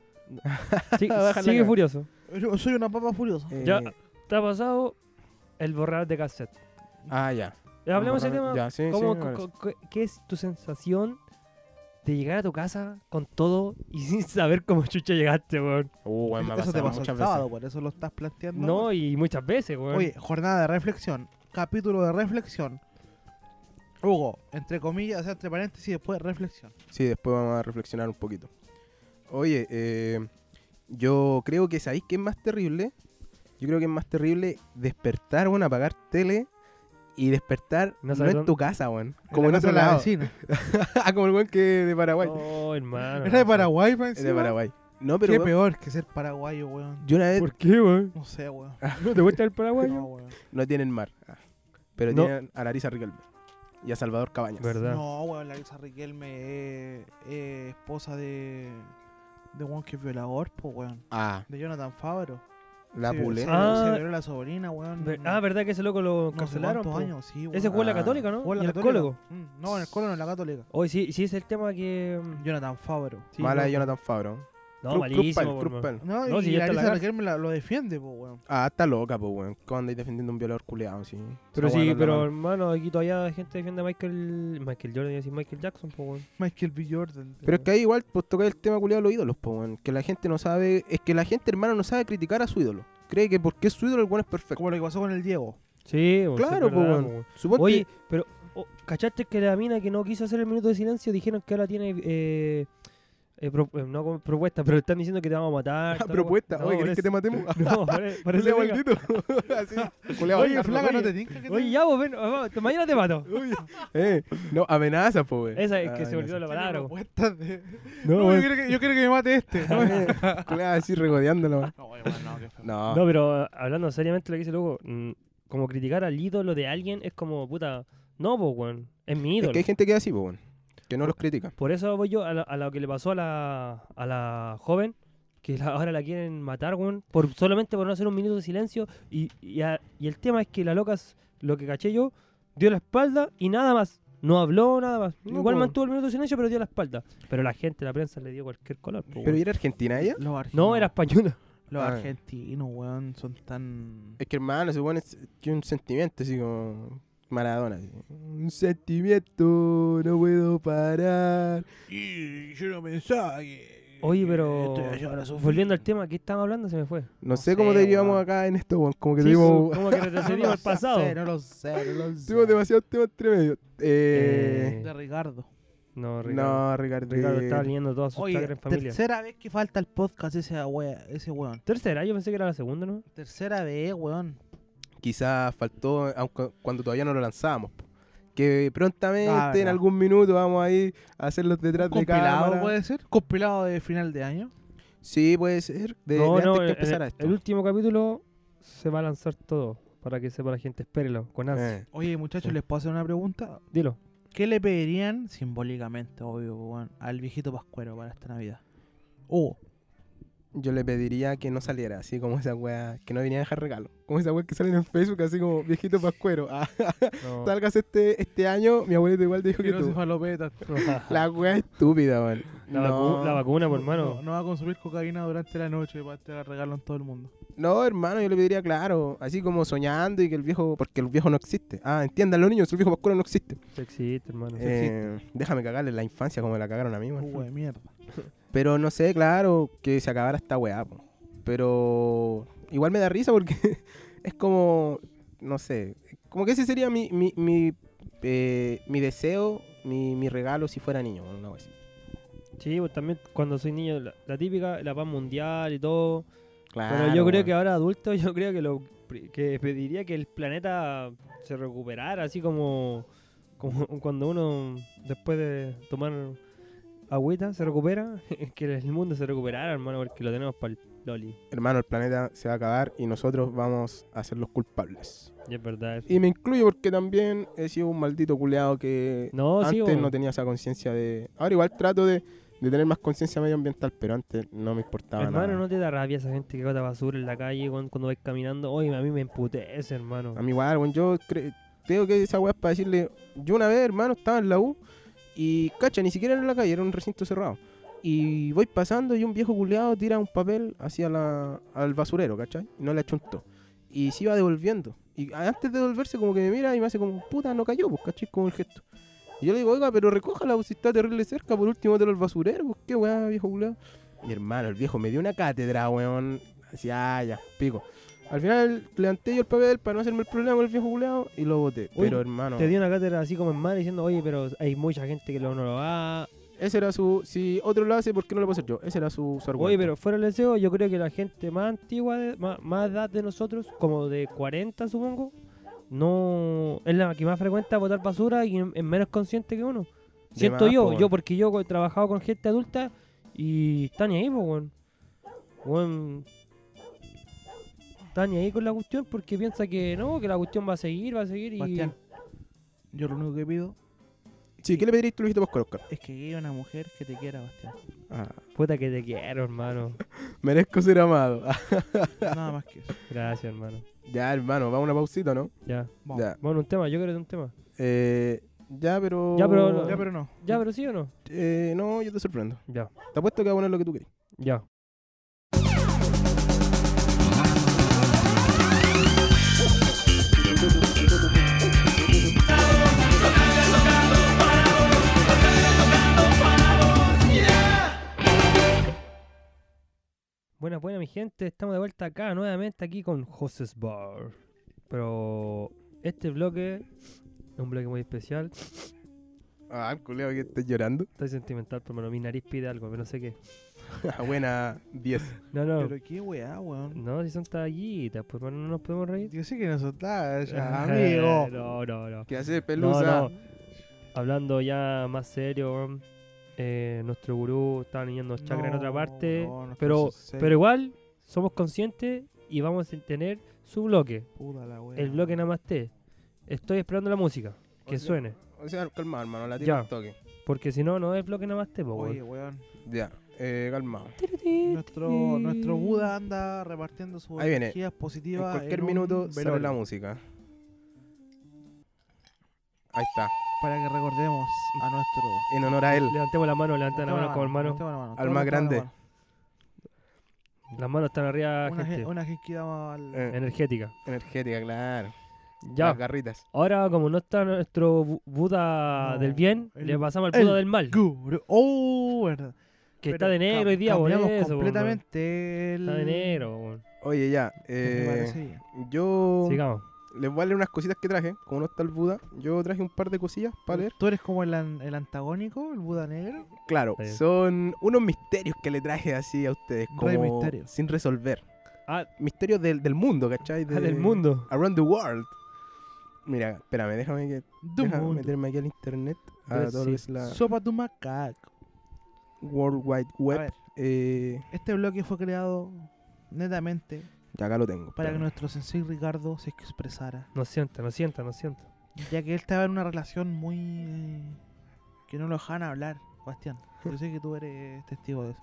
Sí, Baja la sigue cara. furioso. Yo soy una papa furiosa. Eh, Ya. Te ha pasado el borrar de cassette. Ah, ya. Ya Hablemos del Borrar- tema. Ya, sí, ¿Cómo, sí, me co- parece. co- co- ¿Qué es tu sensación de llegar a tu casa con todo y [laughs] sin saber cómo chucha llegaste, weón? Uh, weón, me ha Eso te pasado pasó muchas el veces. sábado, por eso lo estás planteando. No, y muchas veces, weón. Oye, jornada de reflexión, capítulo de reflexión. Hugo, entre comillas, o sea, entre paréntesis, después reflexión. Sí, después vamos a reflexionar un poquito. Oye, eh, yo creo que sabéis que es más terrible. Yo creo que es más terrible despertar, bueno, apagar tele y despertar No no, sabes en dónde- tu casa, weón. En Como en la casa otro de la lado. vecina. [laughs] Ah, Como el weón que de Paraguay. Oh, hermano. Era de Paraguay, pa' Es encima? de Paraguay. No, Qué pero weón, peor que ser paraguayo, weón. yo una vez ¿Por qué, [laughs] weón? No sé, weón. Ah, ¿No te gusta el No, paraguayo? weón. no tienen mar. Ah, Pero No. tienen a Larisa Riquelme y a Salvador Cabañas. ¿Verdad? No, weón, Larisa Riquelme es es esposa de. de Juan que es violador, po, weón. Ah, De Jonathan Favaro. la Se- pule. Se, Ah. se violó la sobrina, weón. Ver- Ah, ¿verdad que ese loco lo No sé cancelaron? cuántos po? años, sí, weón. Ese jugó en la Ah. católica, ¿no? Jugó en Y la en el Católica. cólogo. Mm, No, en el colo, no, en la católica. Hoy sí, sí es el tema que... mm, Jonathan Favaro. sí, Mala no. de Jonathan Fabro. No, malísimo, po, hermano. No, No, y si la ya está en la Larisa cárcel. Riquelme la- lo defiende, po, weón. [laughs] Ah, está loca, pues, weón. ¿Cómo andáis defendiendo a un violador culeado, sí? Pero Esa weá no sí, es la pero mano. hermano, aquí todavía la gente defiende a Michael... Michael Jordan, y así Michael Jackson, po, weón. Michael B. Jordan. Pero es que ahí igual, pues toca el tema culiado de los ídolos, pues, weón. Que la gente no sabe. Es que la gente, hermano, no sabe criticar a su ídolo. Cree que porque es su ídolo el weón es perfecto. Como lo que pasó con el Diego. Sí, po, sí, es claro, pues, verdad, weón. po, weón. Suponte. Oye, pero... oh, ¿Cachaste que la mina que no quiso hacer el minuto de silencio dijeron que ahora tiene... eh, eh, pro- eh, no como propuesta, pero están diciendo que te vamos a [laughs] [laughs] matar. la toda la propuesta. weá. No, oye, por ¿querés que te eso- matemos? [laughs] No, por, [laughs] por eso Culeado digo- [laughs] maldito. Así, culeado. Oye, flaca, no te oye, tinca que [laughs] Oye, te- ya, vos ven, vamos, mañana [laughs] te mato. Eh, no, amenaza, pues, weón. Esa es que Ah, se olvidó amenaza. la Tiene palabra. po. propuestas de- No, No, weón. yo, quiero que, yo quiero que me mate este. No, Eh, [laughs] [laughs] Culeado así regodeándolo. weón. [laughs] No, weón, no, qué feo. No. No, pero ah, hablando seriamente lo que dice luego, como criticar al ídolo de alguien es como, puta, no, pues, weón, es mi es ídolo. que hay gente que es así, pues, weón. Que no los critica. Por eso voy yo a, la- a lo que le pasó a la, a la joven, que la- ahora la quieren matar, weón, por, solamente por no hacer un minuto de silencio. Y, y a- y el tema es que la loca, s- lo que caché yo, dio la espalda y nada más. No habló nada más. No, Igual po. mantuvo el minuto de silencio, pero dio la espalda. Pero la gente, la prensa le dio cualquier color. po, Pero Pues, weón. ¿y era argentina ella? Los argentinos, No, era española. Los Ah. argentinos, weón, son tan. Es que hermano, ese weón es- tiene un sentimiento así como Maradona. así. Un sentimiento, no puedo parar. Y yo no pensaba que. Oye, pero [laughs] volviendo al tema que estábamos hablando, se me fue. No, sé, sé, cómo derivamos weón. acá en esto, weón. Como que Sí, su- tuvimos, como que [laughs] retrocedimos [laughs] al pasado. No lo sé, no lo sé. tuvimos demasiados temas entre medio. Eh, Eh, De Ricardo. no, Ricardo. no, Ricardo. Ricardo eh, estaba leyendo todas sus Oye, chakras en familia. tercera vez que falta el podcast ese, wea, ese weón. Tercera, yo pensé que era la segunda, ¿no? Tercera vez, weón. quizás faltó aunque- cuando todavía no lo lanzábamos. po. Que prontamente, Ah, en verdad. algún minuto, vamos a ir a hacer los detrás de compilado cámara. puede ser, compilado de final de año. Sí, puede ser. De, no, de no, antes eh, que en- en empezara el, esto. el último capítulo se va a lanzar todo. Para que sepa la gente, espérelo, con ansia. Eh, Oye, muchachos, Sí. les puedo hacer una pregunta. Dilo. ¿Qué le pedirían simbólicamente, obvio, weón, al viejito Pascuero para esta Navidad? Oh, yo le pediría que no saliera así como esa wea, que no venía a dejar regalo. Como esa wea que salen en Facebook, así como viejito pascuero. [laughs] Ah, No. salgas este, este año, mi abuelito igual te dijo que tú. [laughs] falopeta. La wea estúpida, weón. La, no, vacu- la vacuna, por No, hermano. no va a consumir cocaína durante la noche para te la regalan todo el mundo. no, hermano, yo le pediría claro, así como soñando y que el viejo, porque el viejo no existe. Ah, entiendan los niños, el viejo pascuero no existe. Sí existe, hermano. Sí existe. Eh, déjame cagarle la infancia como la cagaron a mí, weón. Jugo de mierda. Pero no sé, claro, que se acabara esta weá. po. Pero igual me da risa porque [laughs] es como, no sé, como que ese sería mi, mi, mi, eh, mi deseo, mi, mi regalo si fuera niño. una wea así. Sí, pues también cuando soy niño, la, la típica, la paz mundial y todo. Claro, pero yo creo weón. que ahora adulto, [laughs] yo creo que lo pri- que pediría que el planeta se recuperara, así como, como cuando uno después de tomar agüita se recupera, [laughs] que el mundo se recuperara, hermano, porque lo tenemos para el loli. Hermano, el planeta se va a acabar y nosotros vamos a ser los culpables. Y es verdad. eso. Y me incluyo porque también he sido un maldito culeado que No, sí, antes bo. no tenía esa conciencia de... Ahora igual trato de, de tener más conciencia medioambiental, pero antes no me importaba nada. hermano, ¿no te da rabia esa gente que bota basura en la calle cuando, cuando vais caminando? Oye, a mí me emputece, hermano. A mí igual, weón, yo cre- creo que esa weá es para decirle, yo una vez, hermano, estaba en la U y, cacha, ni siquiera era en la calle, era un recinto cerrado. Y voy pasando y un viejo culeado tira un papel hacia la, al basurero, ¿cachai? Y no le achuntó. Y se iba devolviendo. Y antes de devolverse como que me mira y me hace como, puta, no cayó, pues, ¿cachai? Como el gesto. Y yo le digo, oiga, pero recójala, pues, si está terrible cerca, por último te lo al basurero, pues, qué weá, viejo culeado. Mi hermano, el viejo me dio una cátedra, weón. Así, ah, ya, pico. Al final levanté yo el papel para no hacerme el problema con el viejo culeado y lo boté. Uy, Pero hermano, Te dio una cátedra así como en mal diciendo, oye, pero hay mucha gente que lo- no lo va. ese era su. Si otro lo hace, ¿por qué no lo puedo hacer yo? Ese era su, su argumento. Oye, pero fuera el deseo, yo creo que la gente más antigua, de- más, más edad de nosotros, como de 40 supongo, no es la que más frecuenta botar basura y es es menos consciente que uno. De Siento más, yo, po, weón. yo porque yo he trabajado con gente adulta y están ni ahí, pues, weón. Weón, Están ni ahí con la cuestión porque piensa que no, que la cuestión va a seguir, va a seguir y... Bastián, yo lo único que pido Sí, ¿qué le pedirías tú, Luisito Pascual, Oscar? es que llegue una mujer que te quiera, [laughs] Bastián. Ah, Puta que te quiero, hermano. merezco ser amado. [laughs] Ah, Nada más que eso. Gracias, hermano. ya, hermano, vamos a una pausita, ¿no? Ya. Vamos. Ya. Bueno, un tema, yo creo que es un tema. Eh, ya, pero. Ya, pero- Ya, pero no. Ya, pero sí o no? Eh, no, yo te sorprendo. Ya, Te apuesto que va a poner lo que tú querés. ya. Buenas, buenas, mi gente. Estamos de vuelta acá nuevamente aquí con Jose's Bar. Pero este bloque es un bloque muy especial. Ah, culeo, que estás [laughs] llorando. Estoy sentimental, pero bueno, mi nariz pide algo, pero no sé qué. Ah, Buena 10. No, no. Pero qué weá, weón. No, si son tallitas, pues bueno, no nos podemos reír. Yo sé que no son [laughs] ya, amigo. no, no, no. ¿Qué haces, pelusa? No, no. Hablando ya más serio, weón, eh, nuestro gurú está niñando chakra en otra parte. no, no, pero, no sé, pero igual somos conscientes y vamos a tener su bloque, puta la weá. el bloque Namaste. Estoy esperando la música, que Oye. suene. O sea, calma, hermano, la tira Ya. al toque. Porque si no, no es bloque Namaste, po, Oye, weón. weón. Ya, eh, calmado. Nuestro, nuestro Buda anda repartiendo sus Ahí viene. energías En positivas. cualquier un minuto sale velorio, la música. Ahí está, Para que recordemos [laughs] a nuestro. en honor a él. Levantemos la mano, levantemos la mano como hermano. levantemos la mano, Al todos más levantemos la grande. Las manos están mano. Una, arriba, Ah, gente. gen- una gen que daba al. Eh, Energética. Energética, claro. Ya. Las garritas. Ahora, como no está nuestro bu- Buda No, del bien, el- le pasamos al el Buda del mal, Guru. Oh, verdad. que Pero está de negro cam- hoy día, por cambiamos eso, po, weón. completamente el. Está de negro, weón. Oye, ya. Me Eh, parece bien. yo Sigamos. les voy a leer unas cositas que traje. Como no está el Buda, yo traje un par de cosillas para leer. ¿Tú eres como el, an- el antagónico, el Buda negro? Claro, Está bien. son unos misterios que le traje así a ustedes, Rey como misterio. sin resolver. Ah, Misterios del, del mundo, ¿cachai? ah, De- del mundo. Around the world. Mira, espérame, déjame, que, Do déjame mundo. meterme aquí al internet. A Pero todo lo sí. que es la Sopa tu macaco. World Wide A Web. ver, Eh, este bloque fue creado netamente ya acá lo tengo. para que espérame. nuestro sensei Ricardo se expresara. No sienta, no sienta, no sienta. Ya que él estaba en una relación muy... eh, que no lo dejaban hablar, Bastián. Yo sé que tú eres testigo de eso.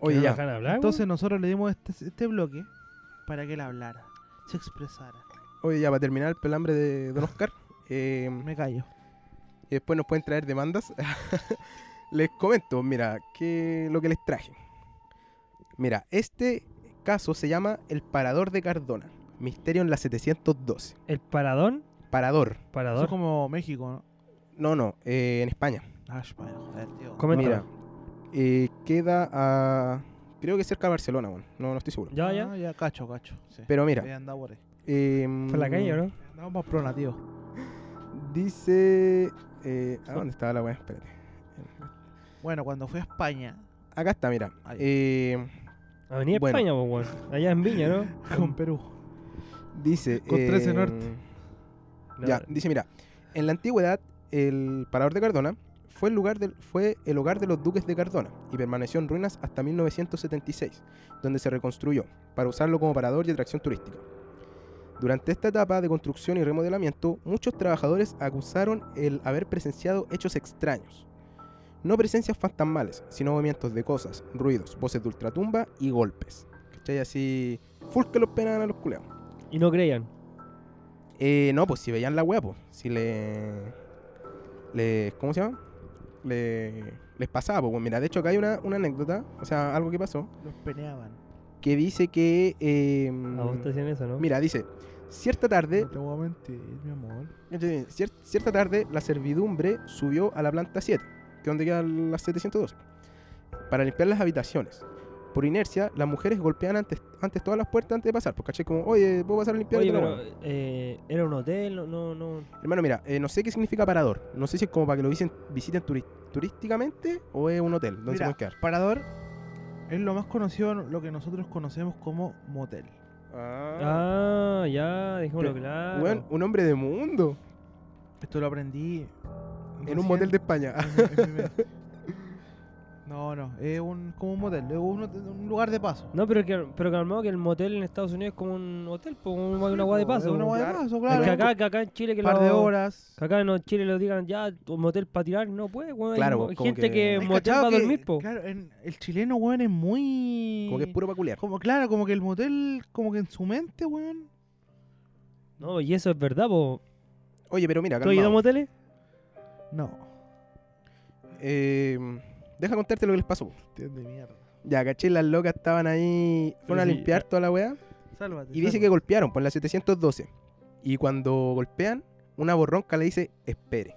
¿Que Oye, no ya. dejan hablar, Entonces nosotros le dimos este, este bloque para que él hablara, se expresara. Oye, ya para terminar el pelambre de Don Oscar. [laughs] eh, Me callo. y después nos pueden traer demandas. [laughs] les comento, mira, que lo que les traje. Mira, este caso se llama El Parador de Cardona. Misterio en la 712. güey? ¿El paradón? Parador. Parador. Eso es como México, ¿no? No, no, eh, en España. Ah, yo me voy a joder, tío. Comenta. Mira, eh, queda a. Creo que cerca de Barcelona, bueno. No, no estoy seguro. Ya, ya. Ah, ya, cacho, cacho. Sí. Pero mira. Había andado por ahí. em, Fue la calle, ¿no? Andamos más prona, tío. Dice. eh, ¿A dónde estaba la weá? Espérate. Bueno, cuando fui a [laughs] España, Acá está, mira. Ahí. Eh, Avenida Bueno. España, pues, weón. Allá en Viña, ¿no? con Perú. dice. em, Con 13 norte. No, Ya, dice, mira. En la antigüedad, el Parador de Cardona fue el, lugar del, fue el hogar de los duques de Cardona y permaneció en ruinas hasta 1976, donde se reconstruyó para usarlo como parador y atracción turística. Durante esta etapa de construcción y remodelamiento, muchos trabajadores acusaron el haber presenciado hechos extraños. No presencias fantasmales, sino movimientos de cosas, ruidos, voces de ultratumba y golpes. ¿Cachai? Así, full que los penan a los culeados. Y no creían. Eh, no, pues si veían la wea, pues. Si le. le ¿Cómo se llama? Le, les pasaba, pues. Mira, de hecho, acá hay una, una anécdota, o sea, algo que pasó, Los peneaban. que dice que. eh, A Ah, vos te hacían eso, ¿no? mira, dice. Cierta tarde, No te voy a mentir, mi amor. cier- cierta tarde, la servidumbre subió a la planta 7, que es donde queda la 712, para limpiar las habitaciones. Por inercia, las mujeres golpeaban antes, antes todas las puertas antes de pasar, pues caché como, oye, ¿puedo pasar a limpiar? Oye, Y la pero wea. eh, era un hotel, no, no, no. Hermano, mira, eh, no sé qué significa parador. No sé si es como para que lo visiten, visiten turi- turísticamente o es un hotel donde se Mira, pueden quedar. Parador es lo más conocido, lo que nosotros conocemos como motel. Ah, ya, dejémoslo Pero, claro. Weón, un hombre de mundo. Esto lo aprendí En un motel de España. No, no, es un, como un motel, es un, un lugar de paso. No, pero que, pero calmado que el motel en Estados Unidos es como un hotel, pues como una agua de Es paso. una po. guay de claro. paso, Es claro. que acá, que acá en Chile que un par lo- de horas. que acá en Chile lo digan ya, un motel para tirar, no puede, weón. Hay Claro, mo- po, hay como gente que- que, ¿Has ¿Has motel cachado va a que- dormir, po. Claro, en- el chileno, weón, es muy. [laughs] Como que es puro peculiar. Como, claro, como que el motel, como que en su mente, weón. No, y eso es verdad, po. Oye, pero mira, ¿Tú has ido a calmado. moteles? No, Eh, deja contarte lo que les pasó. po. entiende mierda. Ya, caché, las locas estaban ahí. Fueron a sí, limpiar toda la weá. Sálvate. Y dice que golpearon por la 712. Y cuando golpean, una borronca le dice, espere.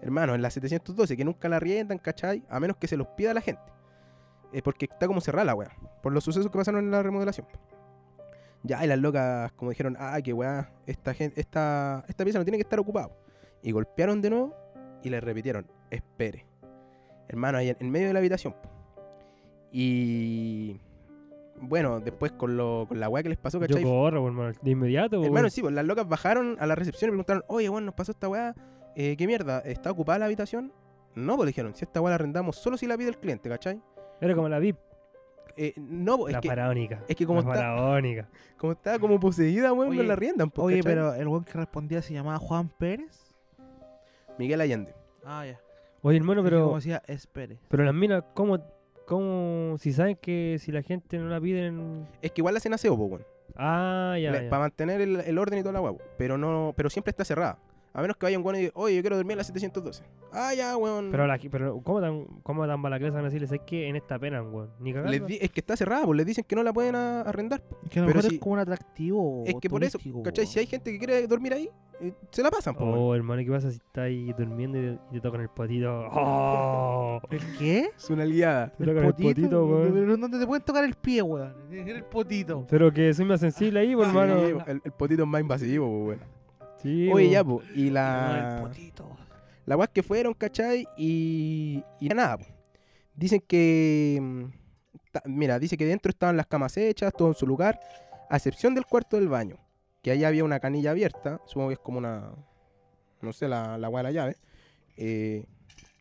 Hermano, en la 712, que nunca la riendan, ¿cachai? A menos que se los pida la gente. Eh, porque está como cerrada la weá. Por los sucesos que pasaron en la remodelación. Ya, y las locas, como dijeron, ah, que weá, esta, gente, esta, esta pieza no tiene que estar ocupada. Y golpearon de nuevo y le repitieron, espere. Hermano, ahí en, en medio de la habitación. po. Y. Bueno, después con, lo, con la weá que les pasó, Yo ¿cachai? corro, po, hermano. De inmediato, po. Hermano, weón. sí, pues las locas bajaron a la recepción y preguntaron, oye, weón, nos pasó esta weá, eh, ¿qué mierda? ¿Está ocupada la habitación? No, pues le dijeron, si esta weá la arrendamos solo si la pide el cliente, ¿cachai? Era como la VIP, Eh, no, pues, es la que, faraónica. es que como la está- faraónica. como estaba como poseída, weón, no Oye, la arriendan. pues, Oye, ¿cachai? pero el weón que respondía se llamaba Juan Pérez. Miguel Allende. Ah, ya. Oye, hermano, pero. Como pero, decía, es Pérez. pero las minas, ¿cómo, ¿cómo? Si saben que si la gente no la piden. Es que igual la hacen aseo, pues, weón. Ah, ya. ya. Para mantener el, el orden y toda la weá, pues, pero, no, pero siempre está cerrada. A menos que vaya un weón y diga, oye, yo quiero dormir en la 712. Ah, ya, weón. Pero, la, pero ¿cómo tan, cómo tan mala clase van a decirles? Es que en esta pena, weón. Ni cagando. Les di- es que está cerrada, pues les dicen que no la pueden a- arrendar. Que a Pero lo mejor si- es como un atractivo. es que por eso, turístico, ¿cachai? weón. Si hay gente que quiere dormir ahí, eh, se la pasan, pues. weón. Oh, hermano, ¿qué pasa si estás ahí durmiendo y te, y te tocan el [laughs] potito? ¡Oh! ¿El qué? Es una liada. Te tocan el potito, weón. Pero ¿dónde te pueden tocar el pie, weón? Era el potito. Pero que soy más sensible ahí, pues, Sí, hermano. po, el, el potito es más invasivo, po, weón. Sí, pues, Oye, po. ya, po, y Ah, El la. potito. La weá pues. que fueron, ¿cachai? Y. Y nada, po. Dicen que. mm, ta- mira, dice que dentro estaban las camas hechas, todo en su lugar, a excepción del cuarto del baño, que ahí había una canilla abierta, supongo que es como una, no sé, la, la hueá de la llave. Eh,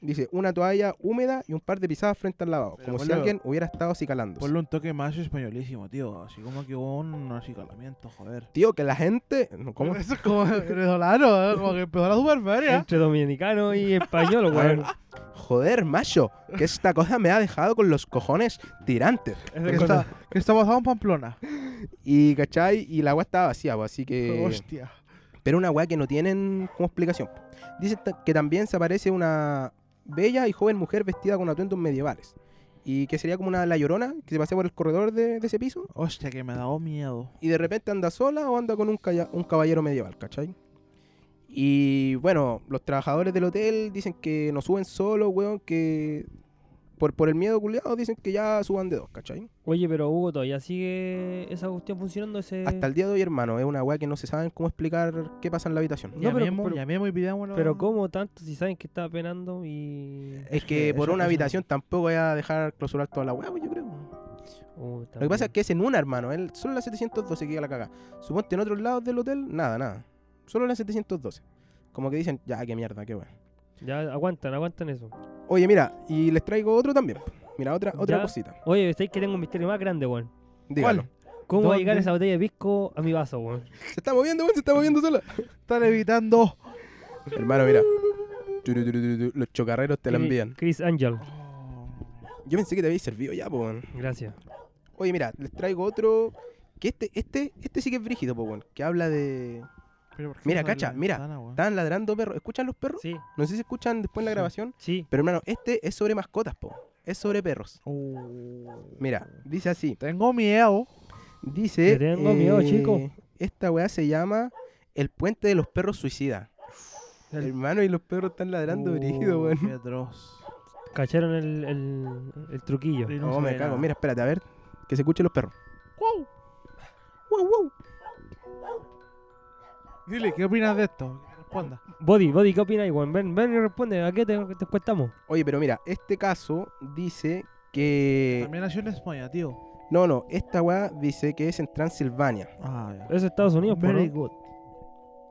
dice, una toalla húmeda y un par de pisadas frente al lavado, Pero como si ponlo- alguien hubiera estado acicalando. Ponle un toque más españolísimo, tío. Así como que hubo un acicalamiento, joder. Tío, que la gente... no, ¿Cómo? Eso es [laughs] como venezolano, ¿eh? como que empezó la superferia. Entre dominicano [laughs] y español, weón. Joder, macho, que esta cosa me ha dejado con los cojones tirantes. Es ¿Qué de está, cuando- ¿Qué está pasando en Pamplona? Y, ¿cachai? Y la agua estaba vacía, pues, así que... Hostia. pero una weá que no tienen como explicación. Dice ta- que también se aparece una bella y joven mujer vestida con atuendos medievales. Y que sería como una la llorona que se pasea por el corredor de, de ese piso Hostia, que me ha dado miedo. y de repente anda sola o anda con un, calla- un caballero medieval, ¿cachai? Y bueno, los trabajadores del hotel dicen que no suben solo, weón, que por, por el miedo culiado dicen que ya suban de dos, ¿cachai? Oye, pero Hugo, ¿todavía sigue esa cuestión funcionando? Ese... Hasta el día de hoy, hermano, es una weá que no se saben cómo explicar qué pasa en la habitación. No, pero- llamemos, pero- llamemos y pidámoslo. Pero ¿cómo tanto si saben que está penando y...? Es que eso- por una eso- habitación tampoco voy a dejar clausurar toda la weá, pues, yo creo. Oh, Lo que pasa es también. que es en una, hermano. el- solo la 712 que iba la cagada. Suponte en otros lados del hotel, nada, nada. Solo la 712. Como que dicen, ya, qué mierda, qué bueno. Ya aguantan, aguantan eso. Oye, mira, y les traigo otro también. Mira, otra, otra Ya. cosita. Oye, ¿sabéis que tengo un misterio más grande, weón? Dígalo. ¿Cómo va a llegar ¿Dónde? esa botella de pisco a mi vaso, weón? Se está moviendo, weón, se está moviendo sola. Están evitando. hermano, mira. Turu, turu, turu, turu, Los chocarreros te la Chris- envían. Chris Angel. Yo pensé que te habéis servido ya, po, weón. Gracias. Oye, mira, les traigo otro. Que este, este, este sí que es brígido, po, weón. Que habla de. Ah. Pero ¿por qué Mira, no sale cacha, la mira. ventana, weón? Están ladrando perros. ¿Escuchan los perros? Sí, No sé si escuchan después en la Sí. grabación. sí. Pero hermano, este es sobre mascotas, po. Es sobre perros. Uh, Mira, dice así. Tengo miedo. Dice. eh, Te tengo miedo, chico. Esta weá se llama El Puente de los Perros Suicida. El- Uh, Hermano, y los perros están ladrando brígido, weón. weón. Cacharon el, el, el truquillo. No, Oh, me cago. Mira, espérate, a ver. Que se escuchen los perros. ¡Wow! ¡Wow, wow! Dile, ¿qué opinas de esto? Que Responda. Body, Body, ¿qué opinas, weón? Ven, ven y responde. ¿A qué te, te cuestamos? Oye, pero mira, este caso dice que. También nació en España, tío. No, no, esta weá dice que es en Transilvania. Ah, ya. Eso es Estados Unidos, por Very ¿no? good.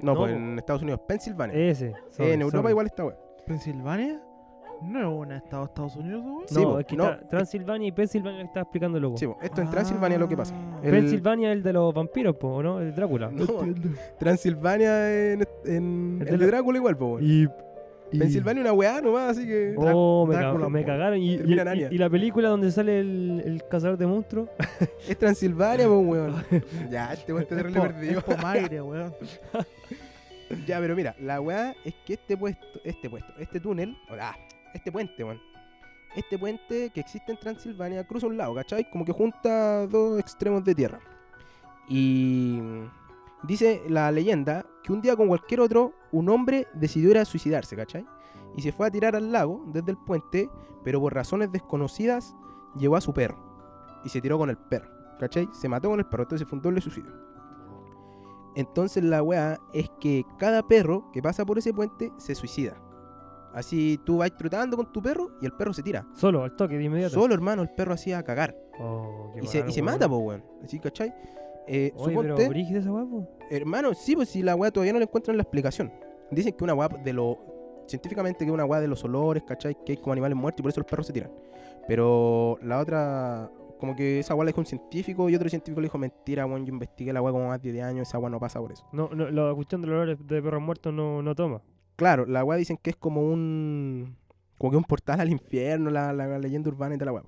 No, No, pues po. en Estados Unidos, Pensilvania. Ese. sorry, en Europa sorry. igual esta weá. ¿Pensilvania? ¿No es un estado de Estados Unidos, weón? Sí, No, po, es que no, tra- Transilvania y Pensilvania lo que estaba explicando el loco. Sí, po, esto en Transilvania es lo que pasa. Ah. El- Pensilvania es el de los vampiros, po, ¿o [laughs] ¿no? El Drácula. No, Transilvania en, en El el, de de la- Drácula igual, po, weón. Y, pues, Pensilvania una weá nomás, así que. Oh, me, Drácula, cag- me po. cagaron. Y, y- Termina y- Narnia. y la película donde sale el, el cazador de monstruos. Es Transilvania, po, weón. [laughs] ya, este weón está [laughs] Es terrible po- perdido. es Pomaire, weón. ya, pero mira, la weá es que este puesto, este puesto, este túnel, o- ah, este puente, weón. Este puente que existe en Transilvania cruza un lago, ¿cachai? Como que junta dos extremos de tierra. Y. mm, Dice la leyenda que un día, con cualquier otro, un hombre decidió ir a suicidarse, ¿cachai? Y se fue a tirar al lago desde el puente, pero por razones desconocidas llevó a su perro. Y se tiró con el perro, ¿cachai? Se mató con el perro, entonces fue un doble suicidio. Entonces la weá es que cada perro que pasa por ese puente se suicida. Así tú vas trotando con tu perro y el perro se tira. Solo, al toque, de inmediato. Solo, hermano, el perro hacía cagar. Oh, qué Y se, y mal, se weón. mata, po, weón. Así, ¿cachai? Eh, Oye, pero suponte- brígida esa weá, po. Hermano, sí, pues si la weá todavía no le encuentran la explicación. Dicen que una weá de lo. Científicamente que una weá de los olores, ¿cachai? Que hay como animales muertos y por eso los perros se tiran. Pero la otra. Como que esa weá la dijo un científico y otro científico le dijo mentira, weón. Yo investigué la weá como más de 10 años, esa weá no pasa por eso. No, no, la cuestión de los olores de perros muertos no, no toma. Claro, la weá dicen que es como un. Como que un portal al infierno, la, la leyenda urbana y tal, la weá.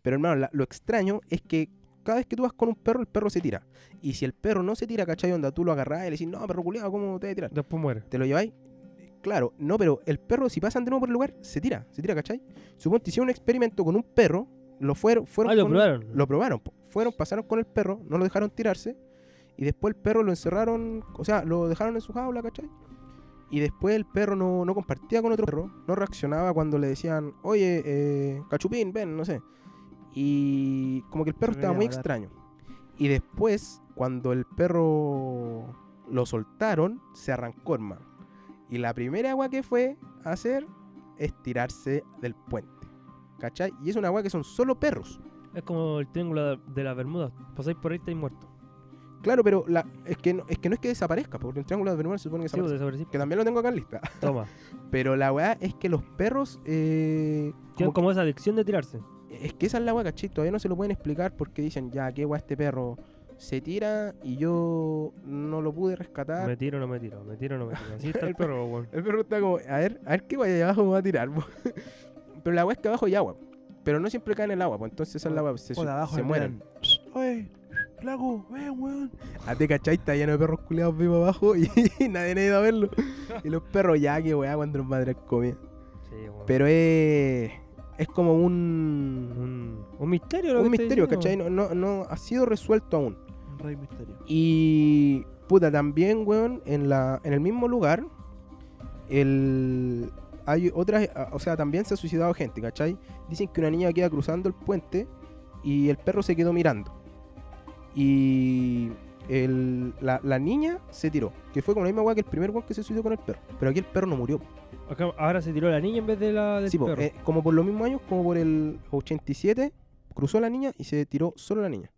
Pero hermano, la- lo extraño es que cada vez que tú vas con un perro, el perro se tira. Y si el perro no se tira, ¿cachai? Onda, tú lo agarrás y le decís, no, perro culiado, ¿cómo te vas a tirar? Después muere. ¿Te lo lleváis? Claro, no, pero el perro, si pasan de nuevo por el lugar, se tira, se tira, ¿cachai? Suponte hicieron un experimento con un perro, lo fueron, fueron Ah, lo con- probaron. lo probaron, po. fueron, pasaron con el perro, no lo dejaron tirarse, y después el perro lo encerraron, o sea, lo dejaron en su jaula, ¿cachai? Y después el perro no, no compartía con otro perro, no reaccionaba cuando le decían, oye, eh, cachupín, ven, no sé. Y como que el perro Lo estaba muy quería matar. extraño. Y después, cuando el perro lo soltaron, se arrancó, hermano. Y la primera agua que fue a hacer es tirarse del puente. ¿Cachai? Y es una agua que son solo perros. Es como el triángulo de las Bermudas. Pasáis por ahí y estáis muertos. Claro, pero la, es, que no, es que no es que desaparezca, porque el triángulo de Bermuda se supone que Sí, pues, desaparece. desaparecí. Que también lo tengo acá en lista. [laughs] Toma. Pero la weá es que los perros. eh, Tienen como como esa adicción de tirarse. Es que esa es la weá, ¿cachai? Todavía no se lo pueden explicar porque dicen, ya, qué weá este perro se tira y yo no lo pude rescatar. Me tiro, no me tiro, me tiro, no [laughs] me tiro. Así está el perro, weón. Ah. El perro está como, a ver, a ver qué vaya abajo me va a tirar. po". [laughs] Pero la weá es que abajo hay agua. Pero no siempre cae en el agua, pues entonces esa es la weá. Se, O de abajo se le mueren. miran, Oye, flaco, ven, weón. A te cachai, está lleno de perros culeados vivos abajo y, [laughs] nadie nadie ha ido a verlo. Y los perros, ya, qué weá, cuando los madres comida. Sí, weón. Pero es. Es como un. un, un misterio, lo Un que estáis misterio, diciendo. ¿cachai? No, no, no ha sido resuelto aún. Un Rey misterio. Y puta, también, weón, en, la, en el mismo lugar, el, hay otras, a- o sea, también se ha suicidado gente, ¿cachai? Dicen que una niña queda cruzando el puente y el perro se quedó mirando. Y el- la, la niña se tiró, que fue como la misma weá que el primer weón que se suicidó con el perro. Pero aquí el perro no murió. Acá- ahora se tiró la niña en vez de la del Sí, po, perro. eh, como por los mismos años, como por el 87, cruzó la niña y se tiró solo la niña,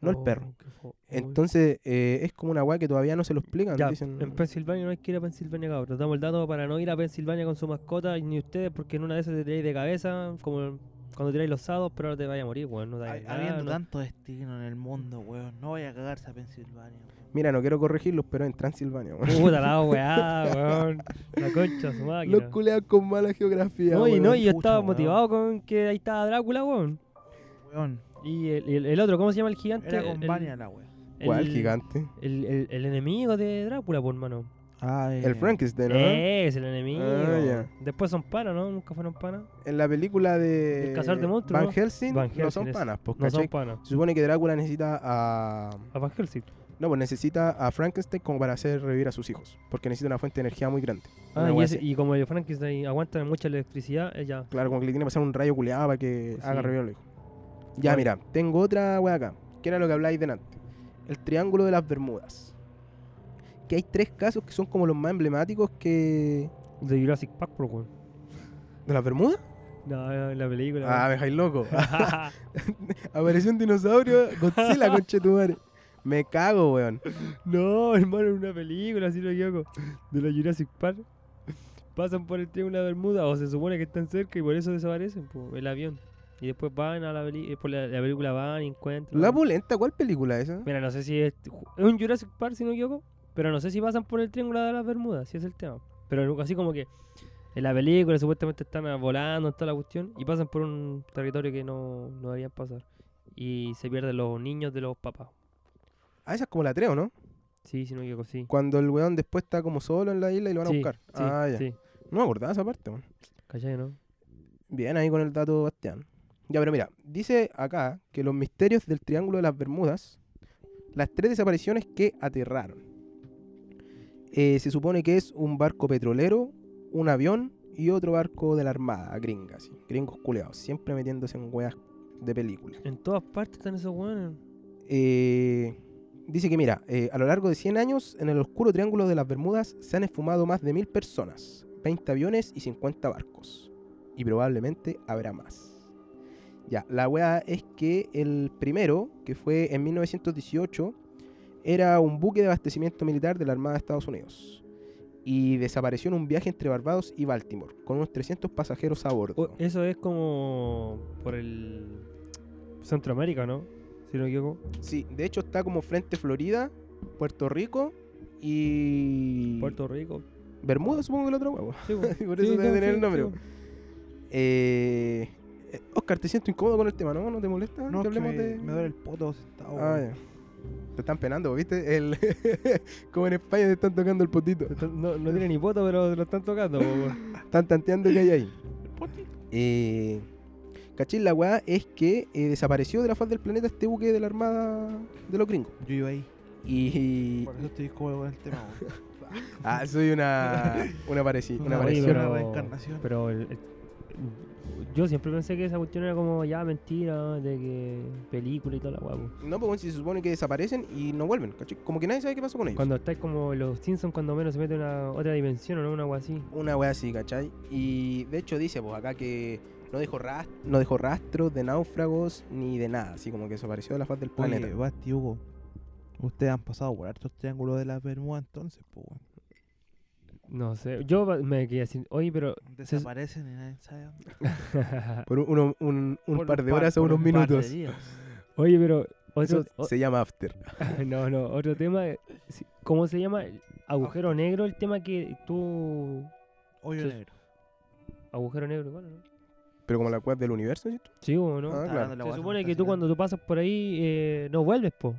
no el Oh, perro. qué fo- uy. Entonces, eh, es como una weá que todavía no se lo explican. Ya, dicen- en Pensilvania no hay que ir a Pensilvania, cabrón. Damos el dato para no ir a Pensilvania con su mascota y ni ustedes, porque en una de esas te tiráis de cabeza, como cuando tiráis los sados, pero ahora te vaya a morir, weón. No te Hay- hagáis nada, Habiendo no- tanto destino en el mundo, weón. No vaya a cagarse a Pensilvania, weón. Mira, no quiero corregirlos, pero en Transilvania, weón. Puta la weá, weón. [laughs] La [laughs] concha de su Los máquina. culeados con mala geografía, No, y weón. no, y yo pucha, estaba weón. motivado con que ahí estaba Drácula, weón. Weón, Y el, el- el otro, ¿cómo se llama el gigante? Era con El- Vania la weón. el- ¿Cuál gigante? El, el- el enemigo de Drácula, por mano. Ah, eh, El Frankenstein, ¿no? Es el enemigo. Ah, ya. Después son panas, ¿no? Nunca fueron panas. En la película de El cazador de monstruos, Van ¿no? Helsing, Van no Helsing son es- panas, pues, No son ¿cachai? panas. Se supone que Drácula necesita a... A Van Helsing. No, pues necesita a Frankenstein como para hacer revivir a sus hijos. Porque necesita una fuente de energía muy grande. Ah, Una y, wea ese- así. y como el Frankenstein aguanta mucha electricidad, ella. Claro, como que le tiene que pasar un rayo culeado para que Pues haga sí. revivir a los hijos. Ya, Bueno. mira, tengo otra weá acá. Que era lo que habláis delante. El Triángulo de las Bermudas. Que hay tres casos que son como los más emblemáticos que... De Jurassic Park, por weón. ¿De las Bermudas? No, no, la Ah, película. me dejáis loco. [laughs] Ah, [laughs] Apareció un dinosaurio Godzilla, [laughs] conchetumare. Me cago, weón. no, [laughs] hermano, en una película, si no me equivoco. De la Jurassic Park. Pasan por el triángulo de Bermuda, o se supone que están cerca y por eso desaparecen, po, el avión. Y después van a la película, por la, la película van y encuentran. La pulenta, ¿cuál película es esa? Mira, no sé si es, es un Jurassic Park, si no me equivoco, pero no sé si pasan por el Triángulo de las Bermudas, si es el tema. Pero nunca- así como que en la película supuestamente están ah, volando, en toda la cuestión, y pasan por un territorio que no, no deberían pasar. Y se pierden los niños de los papás. Ah, esa es como la 3, ¿o ¿no? Sí, si no me equivoco, sí. Cuando el weón después está como solo en la isla y lo van a Sí, buscar. sí, ah, ya. sí. No me acordaba esa parte, weón. ¿Cachai, no? Bien ahí con el dato, Bastián. Ya, pero mira, dice acá que los misterios del Triángulo de las Bermudas, las tres desapariciones que aterraron. Eh, se supone que es un barco petrolero, un avión y otro barco de la Armada, gringa, sí. Gringos culeados, siempre metiéndose en weas de película. En todas partes están esos weones. Eh, dice que, mira, eh, a lo largo de 100 años, en el oscuro triángulo de las Bermudas se han esfumado más de mil personas, 20 aviones y 50 barcos. Y probablemente habrá más. Ya, la weá es que el primero, que fue en 1918, era un buque de abastecimiento militar de la Armada de Estados Unidos. Y desapareció en un viaje entre Barbados y Baltimore, con unos 300 pasajeros a bordo. O- eso es como por el Centroamérica, ¿no? Si no me equivoco. Sí, de hecho está como frente Florida, Puerto Rico y. Puerto Rico. Bermuda, supongo que el otro huevo. Sí, po. Por eso Sí, debe no, tener sí, el nombre, sí, po. Eh, eh, Oscar, te siento incómodo con el tema, ¿no? ¿No te molesta? No, que es que hablemos me, de. me duele el poto sentado. Ah, weón. ya. Te están penando, ¿viste? El... [laughs] como en España te están tocando el potito. Están- No, no tiene ni voto, pero lo están tocando. po, weón. Están tanteando que hay ahí. Eh, ¿Cachín? La weá es que eh, desapareció de la faz del planeta este buque de la Armada de los gringos. Yo iba ahí. Y. Por eso estoy como con el tema, weón. [laughs] Ah, soy una. Una parecida. Una Una parecida. aparición, una reencarnación. Pero el- el- yo siempre pensé que esa cuestión era como ya mentira, de que película y toda la guapo. No, pues bueno, si se supone que desaparecen y no vuelven, ¿cachai? Como que nadie sabe qué pasó con ellos. Cuando estáis como los Simpsons, cuando menos se mete una otra dimensión o no, una agua así. Una wea así, ¿cachai? Y de hecho dice, pues acá que No dejó, ras- no dejó rastros de náufragos ni de nada, así como que desapareció de la faz del planeta. Oye, Basti, Hugo, ustedes han pasado por hartos triángulos de las Bermudas entonces, pues, weón. No sé, yo va- me quedé así, oye, pero... Desaparecen y nadie sabe dónde. Por un, uno- un- un Por par de horas o por unos un par de minutos. días. oye, pero... Otro, Eso se llama after. o- [laughs] no, no, otro tema, eh, sí, ¿cómo se llama? El Agujero negro, el tema que tú... Hoyo Entonces, negro. Agujero negro, bueno, ¿no? Pero como la cueva del universo, ¿sí? Sí o no. Ah, Está claro. dando la Se vuelta supone que tú fantasía. cuando tú pasas por ahí eh, no vuelves, po.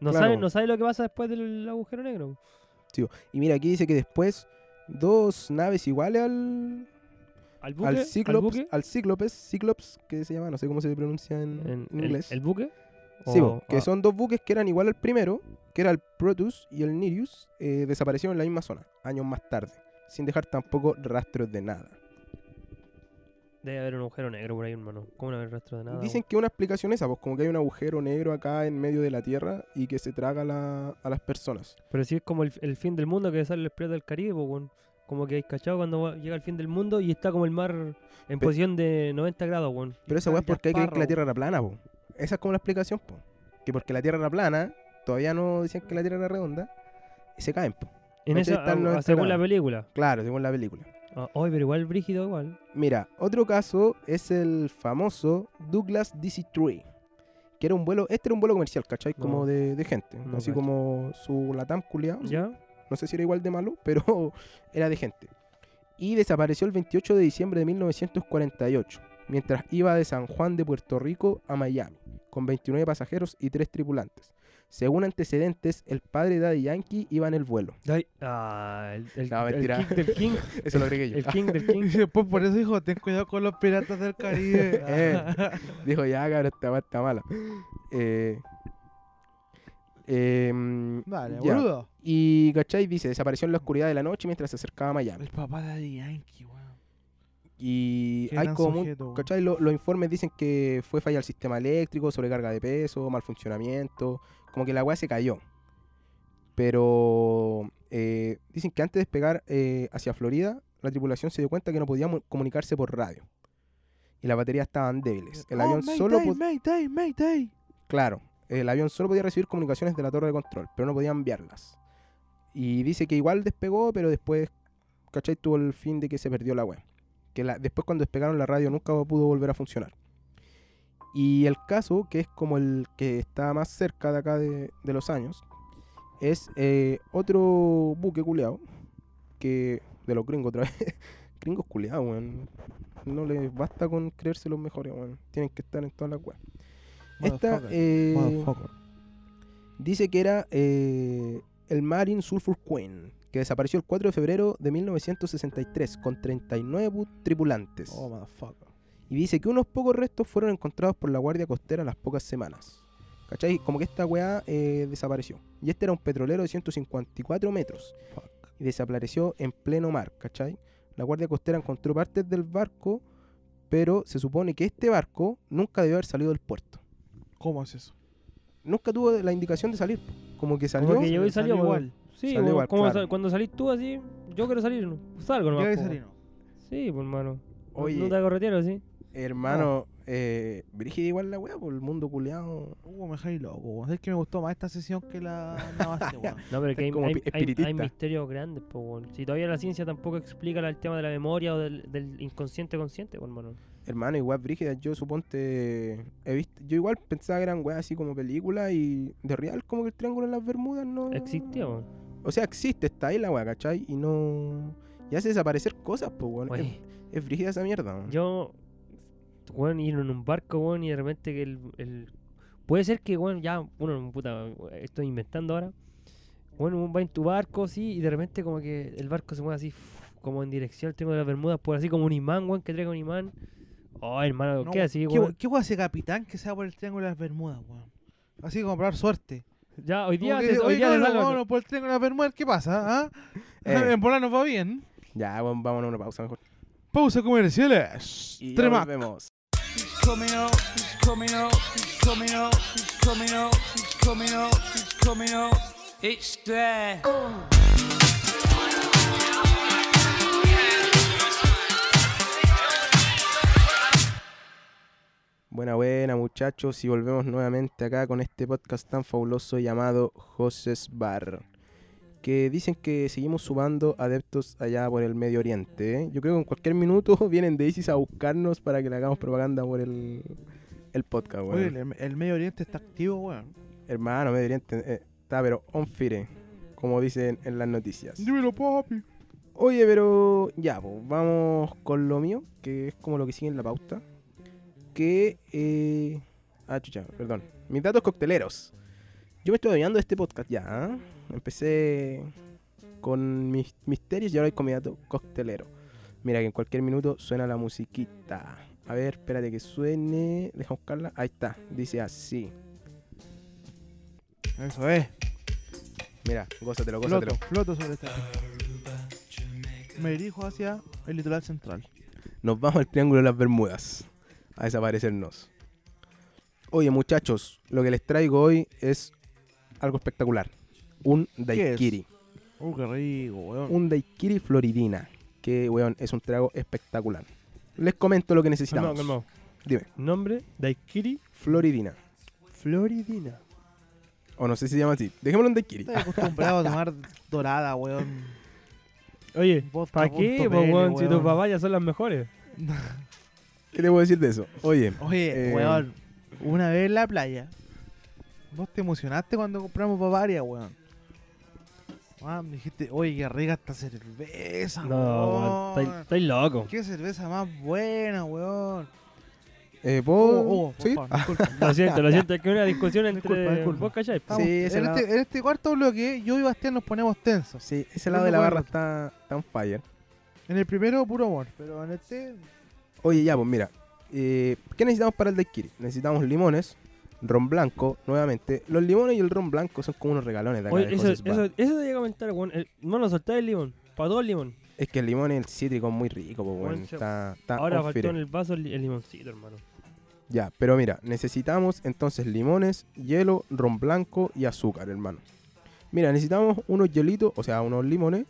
No, Claro. sabes, no sabes lo que pasa después del agujero negro. Y mira, aquí dice que después dos naves iguales al, ¿Al buque? al Cíclops, buque? al Cíclopes, Cíclops, que se llama, no sé cómo se pronuncia en, En- en el- inglés. ¿El, buque? Sí, O- po, que ah, son dos buques que eran igual al primero, que era el Protus y el Nirius, eh, desaparecieron en la misma zona, años más tarde, sin dejar tampoco rastros de nada. Ah, Debe haber un agujero negro por ahí, hermano. ¿Cómo no haber rastro de nada? Dicen que una explicación es esa, pues como que hay un agujero negro acá en medio de la Tierra y que se traga la- a las personas. Pero si es como el, el fin del mundo que sale el pirata del Caribe, po, weón. Como que hay cachado cuando va- llega el fin del mundo y está como el mar en Pe- posición de 90 grados, weón. Pero esa weá es Jack porque hay que creer que la Sparrow. Tierra era plana, po. Esa es como la explicación, po. Que porque la Tierra era plana, todavía no decían que la Tierra era redonda, y se caen, po. En Cachai, esa, está en ah, 90 según la grados. película. Claro, según la película. Ah, Ay, pero igual brígido, igual. Mira, otro caso es el famoso Douglas DC-3, que era un vuelo, este era un vuelo comercial, ¿cachai? No. Como de, de gente, No, así cacho. como su Latam culiao, ¿Ya? no sé si era igual de malo, [laughs] pero era de gente. Y desapareció el 28 de diciembre de 1948, mientras iba de San Juan de Puerto Rico a Miami, con 29 pasajeros y 3 tripulantes. Según antecedentes, el padre de Daddy Yankee iba en el vuelo. Ay, ah, el, el- No, el mentira. king [laughs] del king. Eso lo agregué yo. [laughs] El king del king. [laughs] Y después por eso dijo, ten cuidado con los piratas del [laughs] Caribe. Eh, dijo, ya, cabrón, esta weá está mala. Eh, em, Vale, ya. boludo. Y, ¿cachai? Dice, desapareció en la oscuridad de la noche mientras se acercaba a Miami. El papá de Daddy Yankee, weón. Y Qué hay gran como, un- sujeto, weón. ¿cachai? Lo- los informes dicen que fue falla al sistema eléctrico, sobrecarga de peso, mal funcionamiento, como que la weá se cayó. Pero eh, dicen que antes de despegar eh, hacia Florida, la tripulación se dio cuenta que no podía mu- comunicarse por radio. Y las baterías estaban débiles. El avión oh, solo Mayday, pod- Mayday, Mayday. Claro, el avión solo podía recibir comunicaciones de la torre de control, pero no podía enviarlas. Y dice que igual despegó, pero después, ¿cachai? Tuvo el fin de que se perdió la web. Que la- después cuando despegaron la radio nunca pudo volver a funcionar. Y el caso, que es como el que está más cerca de acá de, de los años, es eh, otro buque culeado, que de los gringos otra [laughs] vez. gringos culeados, weón. No les basta con creerse los mejores, weón. Tienen que estar en todas las web. Esta Motherfucker, eh, motherfucker. dice que era eh, el Marine Sulphur Queen, que desapareció el 4 de febrero de 1963 con 39 bu- tripulantes. Oh, motherfucker. Y dice que unos pocos restos fueron encontrados por la Guardia Costera a las pocas semanas. ¿Cachai? Como que esta weá eh, desapareció. Y este era un petrolero de 154 metros. Y desapareció en pleno mar, ¿cachai? La Guardia Costera encontró partes del barco, pero se supone que este barco nunca debió haber salido del puerto. ¿Cómo es eso? Nunca tuvo la indicación de salir. Como que salió. Como que llegó y salió, weón. igual. Sí, Salió weón, igual, como claro. sal- cuando salís tú así, yo quiero salir, no, salgo nomás. Llega y po, salió. weón. Sí, pues hermano. No- Oye. No te corretero, sí. Hermano, Ah. eh, brígida igual la weá, por el mundo culeado. Hugo, Uh, me dejáis loco, weón. Es que me gustó más esta sesión que la Navaste, weón. [laughs] No, pero que hay, como hay- pi- hay- espiritista. hay misterios grandes, pues, weón. Si todavía la ciencia tampoco explica la- el tema de la memoria o del, del inconsciente consciente, pues, hermano. Hermano, igual brígida, yo suponte. He visto, yo igual pensaba que eran weas así como películas y de real, como que el triángulo en las Bermudas no. Existe, weón. O sea, existe, está ahí la wea, ¿cachai? Y no. Y hace desaparecer cosas, pues, weón. Es, Oye, es brígida esa mierda, weón. yo, weón, ir en un barco, weón, y de repente que el. el- Puede ser que, weón, ya, uno, puta, estoy inventando ahora. Bueno, va en tu barco, sí, y de repente como que el barco se mueve así, como en dirección al triángulo de las Bermudas, por así como un imán, weón, que traiga un imán. Oh, hermano, No, ¿qué así, ¿Qué, weón? ¿Qué weón hace capitán que sea por el Triángulo de las Bermudas, weón? Así como para dar suerte. Ya, hoy día, Como que, se- hoy Oye, día se cabrón, salva- vámonos por el Triángulo de las Bermudas, ¿qué pasa? ah? [laughs] Eh. [laughs] En bola nos va bien. Ya, weón, vámonos a una pausa mejor. Pausa eh. comerciales. Y ya Trema. volvemos. He's coming out, he's coming out, he's coming out, he's coming out, he's coming out, he's coming out. It's there. muchachos y volvemos nuevamente acá con este podcast tan fabuloso llamado José's Bar. Que dicen que seguimos sumando adeptos allá por el Medio Oriente. ¿eh? Yo creo que en cualquier minuto [laughs] vienen de ISIS a buscarnos para que le hagamos propaganda por el, el podcast, weón. Oye, el, el Medio Oriente está activo, weón. Hermano, Medio Oriente eh, está, pero on fire, como dicen en las noticias. Dímelo, papi. Oye, pero ya, pues, vamos con lo mío, que es como lo que sigue en la pauta. Que. eh, Ah, chucha, perdón. Mis datos cocteleros. Yo me estoy dominando este podcast ya. ¿ah? Empecé con mis misterios y ahora voy con mi dato coctelero. Mira que en cualquier minuto suena la musiquita. A ver, espérate que suene. Deja buscarla. Ahí está. Dice así. Eso es. Mira, gózatelo, gózatelo. Floto, floto sobre esta. Me dirijo hacia el litoral central. Nos vamos al Triángulo de las Bermudas a desaparecernos. Oye, muchachos, lo que les traigo hoy es algo espectacular. Un daiquiri. Uh, qué rico, weón. Un daiquiri floridina. Que, weón, es un trago espectacular. Les comento lo que necesitamos. Calmado, calmado. Dime. Nombre, Daikiri Floridina. Floridina. O no sé si se llama así. Dejémoslo en daiquiri. Estoy acostumbrado a tomar dorada, weón. Oye, Vodka ¿para qué, punto po, PL, weón? Si tus weón. papás ya son las mejores. ¿Qué te puedo decir de eso? Oye, Oye, Eh. weón, una vez en la playa, vos te emocionaste cuando compramos Bavaria, weón. Ah, me dijiste, oye, qué rica esta cerveza, No, Oh. weón. weón. Estáis [laughs] loco. Qué cerveza más buena, weón. eh, Oh, ¿puedo oh, por seguir? favor, disculpa. Lo siento, lo siento. Es que es una discusión entre Disculpa, disculpa. vos, ¿cachai? Ah, po? Estamos- ese en, lado- este, en este cuarto bloque, yo y Bastián nos ponemos tensos. Sí, ese lado de la barra está tan fire. En el primero, puro amor, pero en este, Oye, ya, pues mira. eh, ¿Qué necesitamos para el daiquiri? Necesitamos limones, ron blanco, nuevamente. Los limones y el ron blanco son como unos regalones de acá Oye, de eso, José's eso, Bar. eso te iba a comentar, weón. El- No lo soltáis el limón. Para todo el limón. Es que el limón y el cítrico es muy rico, pues, bueno, Bueno, se- está, está Ahora on faltó fire. en el vaso el, el limoncito, hermano. Ya, pero mira, necesitamos entonces limones, hielo, ron blanco y azúcar, hermano. Mira, necesitamos unos hielitos, o sea, unos limones.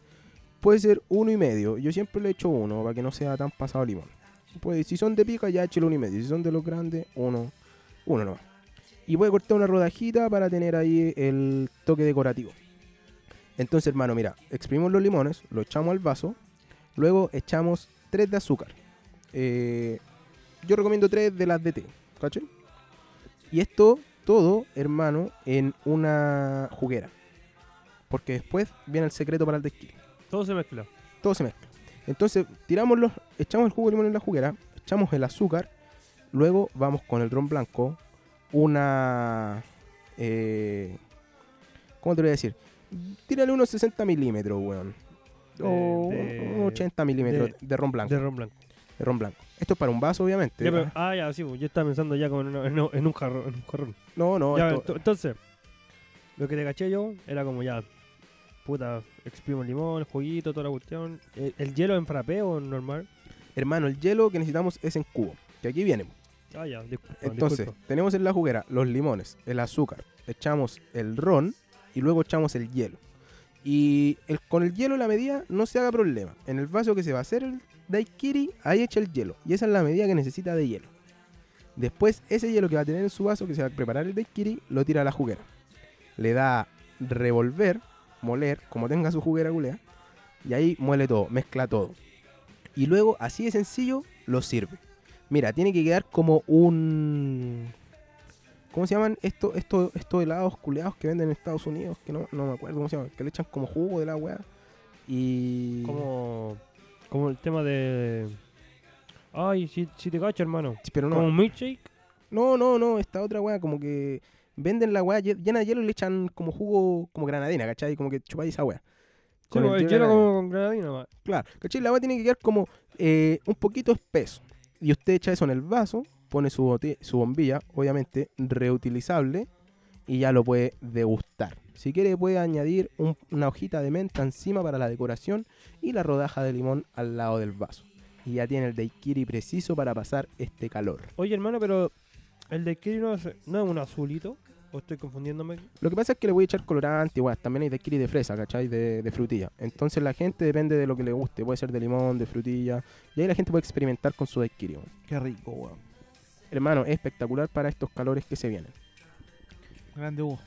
Puede ser uno y medio. Yo siempre le echo uno para que no sea tan pasado limón. Pues si son de pica, ya échale uno y medio. Si son de los grandes, uno, uno nomás. Y voy a cortar una rodajita para tener ahí el toque decorativo. Entonces, hermano, mira, exprimimos los limones, lo echamos al vaso. Luego echamos tres de azúcar. Eh, yo recomiendo tres de las de té, ¿cachai? Y esto todo, hermano, en una juguera. Porque después viene el secreto para el daiquiri. Todo se mezcla. Todo se mezcla. Entonces, tiramos los, echamos el jugo de limón en la juguera, echamos el azúcar, luego vamos con el ron blanco, una... eh, ¿Cómo te lo voy a decir? Tírale unos 60 milímetros, weón. O de- unos 80 milímetros de, de- ron blanco. De De, ron blanco. ron blanco. Esto es para un vaso, obviamente. ¿eh? Ya, pero- ah, ya, sí, pues, yo estaba pensando ya como en, una- en un- en un jarrón. En un jarrón. No, no, Ya, esto- ento- entonces, lo que te caché yo era como ya, puta, exprimo el limón, el juguito, toda la cuestión. ¿El, el hielo en frappé o en normal? Hermano, el hielo que necesitamos es en cubo. Que aquí viene. Ah, ya, disculpa. Entonces, disculpa. tenemos en la juguera los limones, el azúcar, echamos el ron y luego echamos el hielo. Y el- con el hielo la medida no se haga problema. En el vaso que se va a hacer el daiquiri, ahí echa el hielo. Y esa es la medida que necesita de hielo. Después, ese hielo que va a tener en su vaso, que se va a preparar el daiquiri, lo tira a la juguera. Le da revolver, moler, como tenga su juguera culea. Y ahí muele todo, mezcla todo. Y luego, así de sencillo, lo sirve. Mira, tiene que quedar como un. ¿Cómo se llaman estos esto, estos helados culeados que venden en Estados Unidos? Que no, no me acuerdo cómo se llaman. Que le echan como jugo de la weá. Y. Como, como el tema de... Ay, si, si te cacho, hermano. Pero no. Como un milkshake. No, no, no. Esta otra weá, como que. Venden la weá lle- llena de hielo y le echan como jugo, como granadina, ¿cachai? Como que chupáis esa weá. Sí, Con pues, el hielo granadina. como con granadina. va. Claro, ¿cachai? La agua tiene que quedar como eh, un poquito espeso. Y usted echa eso en el vaso, pone su, bote- su bombilla, obviamente reutilizable, y ya lo puede degustar. Si quiere puede añadir un- una hojita de menta encima para la decoración y la rodaja de limón al lado del vaso. Y ya tiene el daiquiri preciso para pasar este calor. Oye, hermano, pero el de Kiri no es, no es un azulito. ¿O estoy confundiéndome? Lo que pasa es que le voy a echar colorante, igual, también hay daiquiri de fresa, ¿cachai? De, de frutilla. Entonces la gente depende de lo que le guste, puede ser de limón, de frutilla, y ahí la gente puede experimentar con su daiquiri. weón. qué rico, weón. hermano, es espectacular para estos calores que se vienen. Grande Hugo.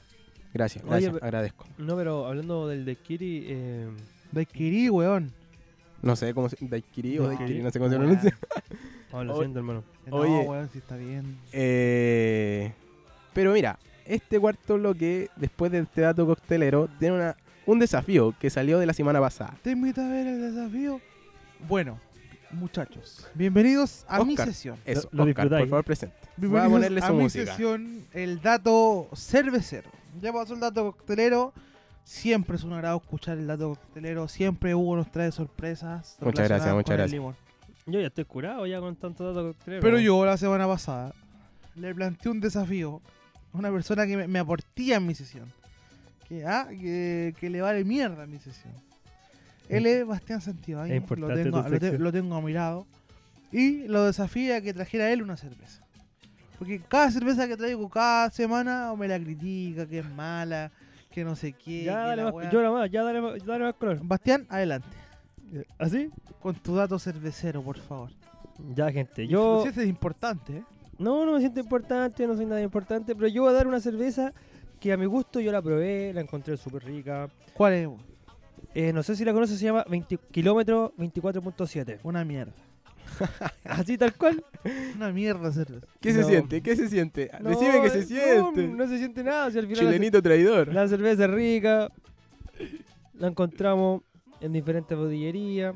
Gracias, Oye, gracias, pero- agradezco. No, pero hablando del de Kiri, eh, Daiquiri, weón. No sé cómo se. Daiquiri o No. Daiquiri, no sé Ah. cómo se Weón. pronuncia. oh, lo Oye. siento, hermano. No, Oye. weón, si está bien. Eh, pero mira, este cuarto bloque, después de este dato coctelero, tiene una, un desafío que salió de la semana pasada. Te invito a ver el desafío. Bueno, muchachos, bienvenidos a mi Oscar. sesión. Eso, Lo- lo Oscar, disfrutáis. por favor, presente. Voy a Bienvenidos ponerle su mi música. sesión, el dato cervecero. Ya pasó el dato coctelero. Siempre es un agrado escuchar el dato coctelero. Siempre Hugo nos trae sorpresas. Muchas gracias, relacionadas muchas con el gracias. limón. Yo ya estoy curado ya con tanto dato coctelero. Pero yo la semana pasada le planteé un desafío a una persona que me, me aportía en mi sesión. Que, ah, que, que le vale mierda a mi sesión. Él es Bastián Santibáñez. Es lo importante tengo, tu lo, te- sección. lo tengo a mi lado. Y lo desafía a que trajera él una cerveza. Porque cada cerveza que traigo cada semana o me la critica, que es mala, que no sé qué. Ya que dale la más, weá. llora más, ya dale más, dale más color. Bastián, adelante. ¿Así? Con tu dato cervecero, por favor. Ya, gente, yo... Este es importante, ¿eh? No, no me siento importante, no soy nada importante, pero yo voy a dar una cerveza que a mi gusto yo la probé, la encontré súper rica. ¿Cuál es? Hugo? Eh, no sé si la conoces, se llama 20 kilómetro 24.7. Una mierda. [laughs] Así tal [laughs] cual. Una mierda cerveza. ¿Qué se No. siente? ¿Qué se siente? No, Decime que se eh, siente. No, no se siente nada. Si al final la Chilenito traidor. La cerveza es rica. La encontramos en diferentes botillerías.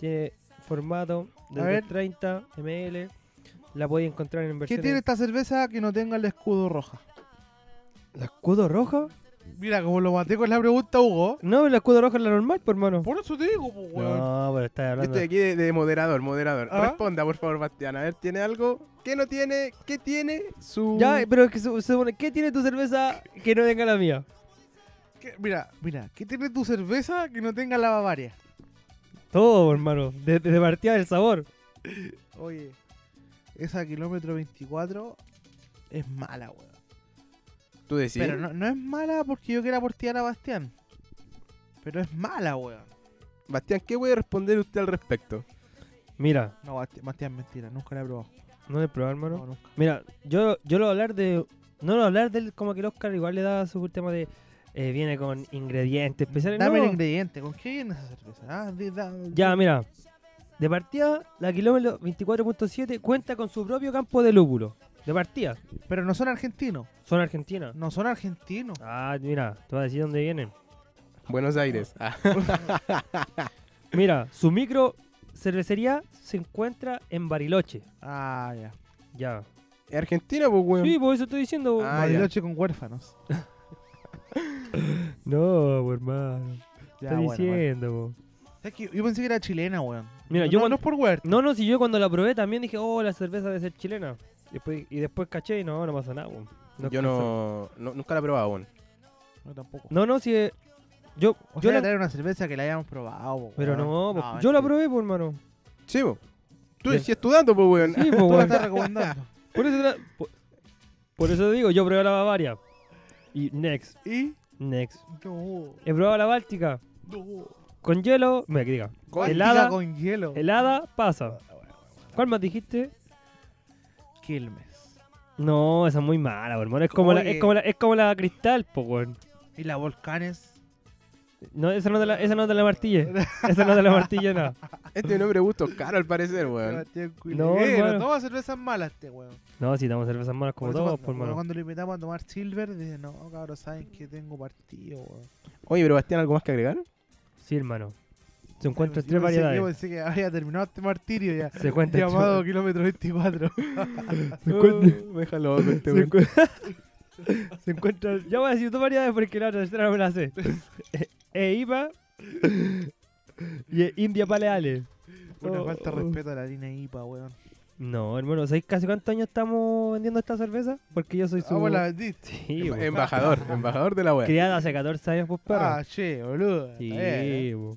Tiene formato A de ver. 30 ml. La podéis encontrar en ¿Qué versiones. tiene esta cerveza que no tenga el escudo roja? ¿La escudo roja? Mira, como lo maté con la pregunta, Hugo. No, la escudo roja es la normal, por hermano. Por Este eso te digo, pues, weón. No, pero estás Yo hablando. estoy aquí de, de moderador, moderador. Ah. Responda, por favor, Bastián. A ver, ¿tiene algo? ¿Qué no tiene? ¿Qué tiene? Su. Ya, eh, pero es que se- se supone, ¿qué tiene tu cerveza que no tenga la mía? ¿Qué- Mira, mira, ¿qué tiene tu cerveza que no tenga la Bavaria? Todo, hermano. Desde de partida del sabor. Oye, esa kilómetro 24 es mala, weón. Tú decís. Pero no, no es mala porque yo quiera portear a Bastián. Pero es mala, weón. Bastián, ¿qué puede responder usted al respecto? Mira, No, Basti- Bastián, mentira, nunca la he probado. no he probado, hermano. No, nunca. Mira, yo, yo lo voy a hablar de. No lo voy a hablar del. Como que el Oscar igual le da su tema de. eh, viene con ingredientes especiales. Dame no. el ingrediente, ¿con qué viene esa cerveza? Ah, di- da- Ya, mira. De partida, la kilómetro 24.7 cuenta con su propio campo de lúpulo. De partida. Pero no son argentinos, Son argentinas. no son argentinos. Ah, mira, te voy a decir dónde vienen. Buenos Aires. Ah, Mira, su micro cervecería se encuentra en Bariloche. Ah, ya. Ya. ¿es Argentina, pues, weón. Sí, por eso estoy diciendo. Ah, Bariloche con huérfanos. No, hermano. Ya, estoy bueno, bueno. diciendo, po. Es que yo pensé que era chilena, weón. Mira, no, yo no, cuando- no es por huerta. No, no, si yo cuando la probé también dije, oh, la cerveza debe ser chilena. Después- y después caché y no, no pasa nada, weón. Yo alcanzó. no, no- Nunca la he probado aún. No, tampoco. No, no, si. eh, Yo, O yo sea, Ah. la- era una cerveza que la hayamos probado, weón. Pero no, po, es yo la que probé, por [laughs] hermano. Sí, po. Tú Ya. decías estudiando, pues, weón. [laughs] Sí, Tú po, la weón. estás [laughs] recomendando. Por eso, te la- por, por eso te digo, yo probé la Bavaria. Y next, y. next. No. He probado la Báltica. No. Con hielo, me que diga. Báltica helada- con hielo. Helada, pasa. ¿Cuál más dijiste? Quilmes. No, esa es muy mala, po, hermano. Es como, la, Oye. es como la, es como la cristal, po, weón. Y la volcanes. No, esa no te la, esa no te [laughs] la martille. Esa no te la martille, nada. Este nombre gusto caro, al parecer, weón. Sebastián No, Cuilguero. hermano. Toma cervezas malas este, weón. No, si damos cervezas malas como Por eso todos, cuando- pues, por como mano. Cuando lo invitamos a tomar Silver, dice, no, cabrón, saben que tengo partido, weón. Oye, pero Bastián, ¿algo más que agregar? Sí, hermano. Se encuentran Yo tres pensé que- Yo variedades. pensé que había terminado este martirio [laughs] ya. Se encuentra Llamado kilómetro 24. Se encuentra- Uh, me deja loco este, [laughs] se weón. [laughs] encu- se encuentra- Ya voy a decir dos variedades porque la tercera no me la sé. [laughs] E, e [laughs] IPA y e India Paleale. Una Oh. falta de respeto a la línea IPA, weón. No, hermano, ¿sabéis casi cuántos años estamos vendiendo esta cerveza? Porque yo soy su. Ah, vos la vendiste. [laughs] Sí, bo. Embajador, embajador de la weá. Criada hace 14 años, pues perro. Ah, che, boludo. está sí, bien, ¿eh? bo.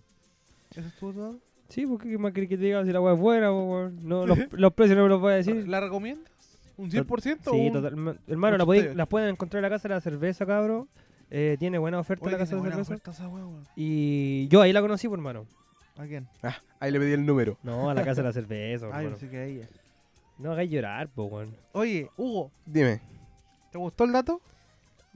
¿Eso estuvo todo? Sí, porque qué más querés que te diga si la hueá es buena, bo, weón? [laughs] No, los, los precios no me los voy a decir. ¿La recomiendas? ¿Un 100%? o Sí, Ah, un- total, herma- hermano, un la podéis- chiste. las pueden encontrar en la casa de la cerveza, cabro. Eh, tiene buena oferta Oye, la casa tiene de buena oferta cerveza. esa weá, weón. Y yo ahí la conocí, por hermano. ¿A quién? Ah, ahí le pedí el número. [laughs] No, a la casa de la cerveza, por Ah, yo hermano. pensé que a ella. No hagáis llorar, po, weón. Oye, Hugo, Dime, ¿te gustó el dato?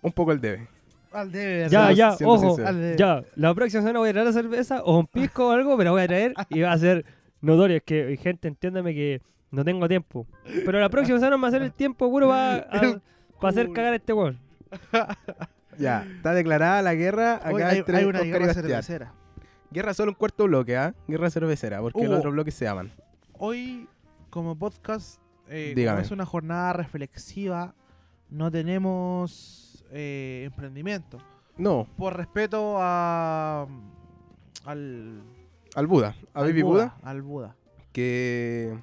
un poco el debe. Ah, Al debe, Ya, ¿verdad? ya, siendo ojo. sincero. Al debe. Ya, la próxima semana voy a traer cerveza o un pisco o algo, pero voy a traer y va a ser notorio. Es que, gente, entiéndame que no tengo tiempo. Pero la próxima semana va a ser el tiempo, [laughs] puro, va a, va a hacer Culo. cagar a este weón. Ya, está declarada la guerra acá Hoy hay, entre hay una Oscar y guerra Bastián. cervecera. Guerra solo un cuarto bloque, ¿ah? Guerra cervecera, porque Hugo. los otros bloques se aman. Hoy, como podcast, eh, como Dígame. es una jornada reflexiva, no tenemos eh, emprendimiento. No, Por respeto a. mm, al. al Buda, a al Baby Buda, Al Buda. que...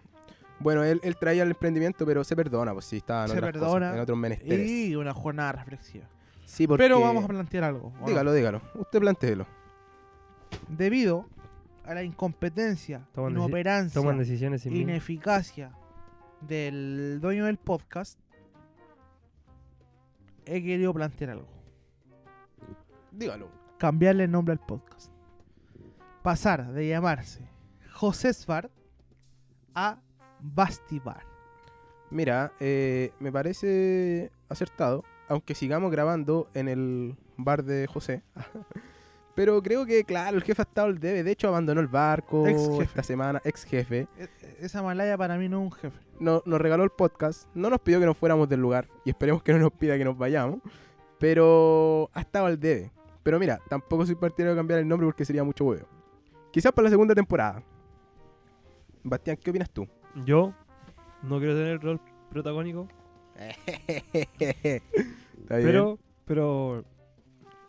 Bueno, él, él traía el emprendimiento, pero se perdona, pues sí, estaba en, Se otras cosas, perdona. en otros menesteres. Y una jornada reflexiva. Sí, porque... Pero vamos a plantear algo. ¿o no? Dígalo, dígalo. Usted plantéelo. Debido a la incompetencia, Toman deci- inoperancia, Toman decisiones sin mí. ineficacia del dueño del podcast, he querido plantear algo. Dígalo. Cambiarle el nombre al podcast. Pasar de llamarse José Svar a Bastibar. Mira, eh, me parece acertado, aunque sigamos grabando en el bar de José. [laughs] Pero creo que, claro, el jefe ha estado al debe. De hecho, abandonó el barco Ex jefe. esta semana, ex jefe. E- Esa malaya para mí no es un jefe. No- nos regaló el podcast. No nos pidió que nos fuéramos del lugar. Y esperemos que no nos pida que nos vayamos. Pero ha estado al debe. Pero mira, tampoco soy partidario de cambiar el nombre porque sería mucho huevo. Quizás para la segunda temporada. Bastián, ¿qué opinas tú? [laughs] Yo no quiero tener el rol protagónico, Está bien. pero, pero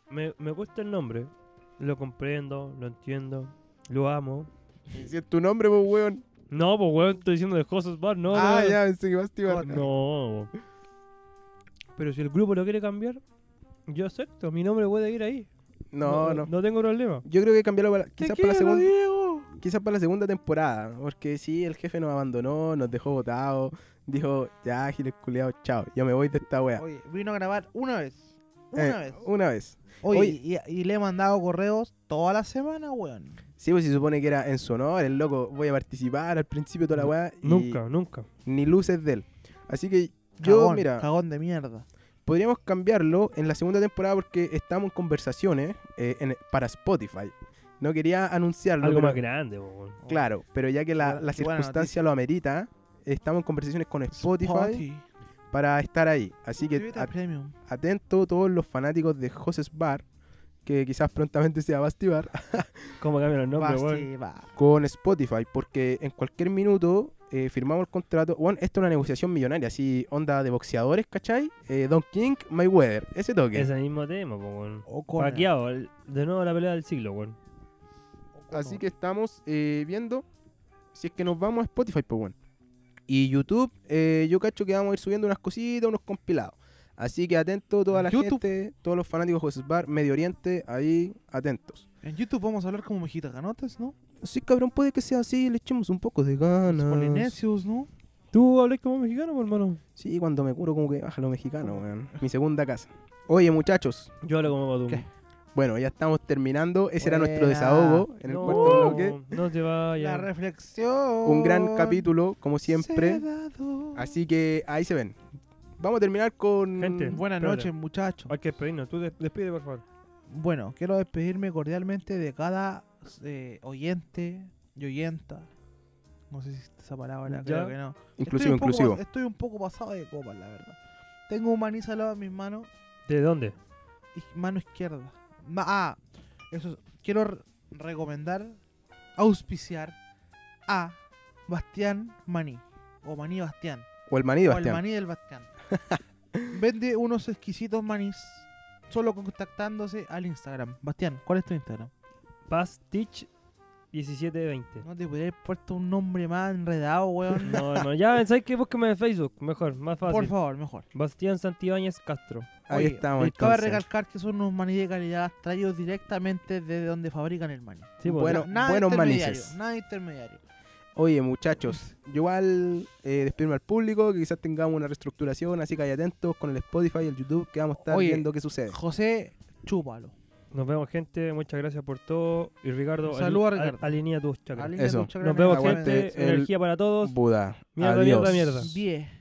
me, me gusta el nombre. Lo comprendo, lo entiendo, lo amo. Si es tu nombre, pues, weón. No, pues weón, estoy diciendo de cosas bar, no. ah, weón. ya, pensé que Basti iba a- Corta. No. Pero si el grupo lo quiere cambiar, yo acepto. Mi nombre puede ir ahí. No, no. No tengo problema. Yo creo que cambiarlo para- Te quizás para, la quiero, segunda, Diego. quizás para la segunda temporada. Porque sí, el jefe nos abandonó, nos dejó botados. Dijo, ya, giles culiados, chao. Yo me voy de esta wea. Oye, vino a grabar una vez. Una Eh, vez. Una vez. Oye, oye. Y, y le he mandado correos toda la semana, weón. Sí, pues se supone que era en su honor, el loco, voy a participar al principio toda la Nu- wea. y Nunca, nunca. Ni luces de él. Así que yo, Cagón, mira, Cagón de mierda. podríamos cambiarlo en la segunda temporada porque estamos en conversaciones eh, en- para Spotify. No quería anunciarlo. Algo pero- más grande, po, weón. Claro, pero ya que la, la Qué bu- qué buena circunstancia lo amerita, estamos en conversaciones con Spotify Spotify. para estar ahí. Así que Suscríbete a at- Premium. atento todos los fanáticos de Jose's Bar, que quizás prontamente sea Basti Bar, ¿Cómo cambian los nombres, weón? Basti, va. con Spotify, porque en cualquier minuto eh, firmamos el contrato. Bueno, esto es una negociación millonaria, así onda de boxeadores, ¿cachai? Eh, Don King, Mayweather, ese toque. Ese mismo tema, po, weón. O con- Paqueado, el- de nuevo la pelea del siglo, weón. Así que estamos eh, viendo si es que nos vamos a Spotify, pues bueno. Y YouTube, eh, yo cacho que vamos a ir subiendo unas cositas, unos compilados. Así que atento toda la YouTube. gente, todos los fanáticos de José Bar, Medio Oriente, ahí atentos. En YouTube vamos a hablar como mejitas ganotas, ¿no? Sí, cabrón, puede que sea así, le echemos un poco de Los ganas. Polinesios, ¿no? ¿Tú hablas como mexicano, po, hermano? Sí, cuando me curo como que baja lo mexicano, weón. Mi segunda casa. Oye, muchachos, Yo hablo como Badum. ¿Qué? bueno, ya estamos terminando. Ese era nuestro Buena. desahogo en el no, cuarto bloque. no te La vayas. reflexión. Un gran capítulo, como siempre. se ha dado. Así que ahí se ven. Vamos a terminar con. Gente. Buenas Espérate. noches, muchachos. Hay que despedirnos. Tú des- despide, por favor. Bueno, quiero despedirme cordialmente de cada eh, oyente y oyenta. No sé si existe esa palabra, Ya. creo que no. Inclusivo, estoy un poco inclusivo. pas- estoy un poco pasado de copas, la verdad. Tengo un maní salado en mis manos, ¿De dónde? y- mano izquierda. Ma- ah, eso. es- Quiero re- recomendar, auspiciar a Bastián Maní. O Maní Bastián. O el maní, de O el Bastián. maní del Bastián. [laughs] Vende unos exquisitos manís solo contactándose al Instagram. Bastián, ¿cuál es tu Instagram? Pastich 1720. No te podría haber puesto un nombre más [laughs] enredado, weón. No, hermano. Ya, pensáis que búsqueme en Facebook. Mejor, más fácil. Por favor, mejor. Bastián Santibáñez Castro. Ahí Oye, estamos. Cabe entonces. recalcar que son unos maní de calidad traídos directamente desde donde fabrican el maní. Sí, pues, po, Bueno, No, nada buenos intermediario, manises. Nada intermediario. Oye, muchachos, yo igual eh, despedirme al público, que quizás tengamos una reestructuración, así que ahí atentos con el Spotify y el YouTube, que vamos a estar Oye. viendo qué sucede. José, chúpalo. Nos vemos, gente. Muchas gracias por todo. Y Ricardo, Saluda, ali- Ricardo. a- alinea tus chakras. Alinea Eso. tus chakras Nos vemos, energéticamente. Aguante gente. el Energía para todos. Buda. Mierda, Adiós. mierda, mierda. Diez.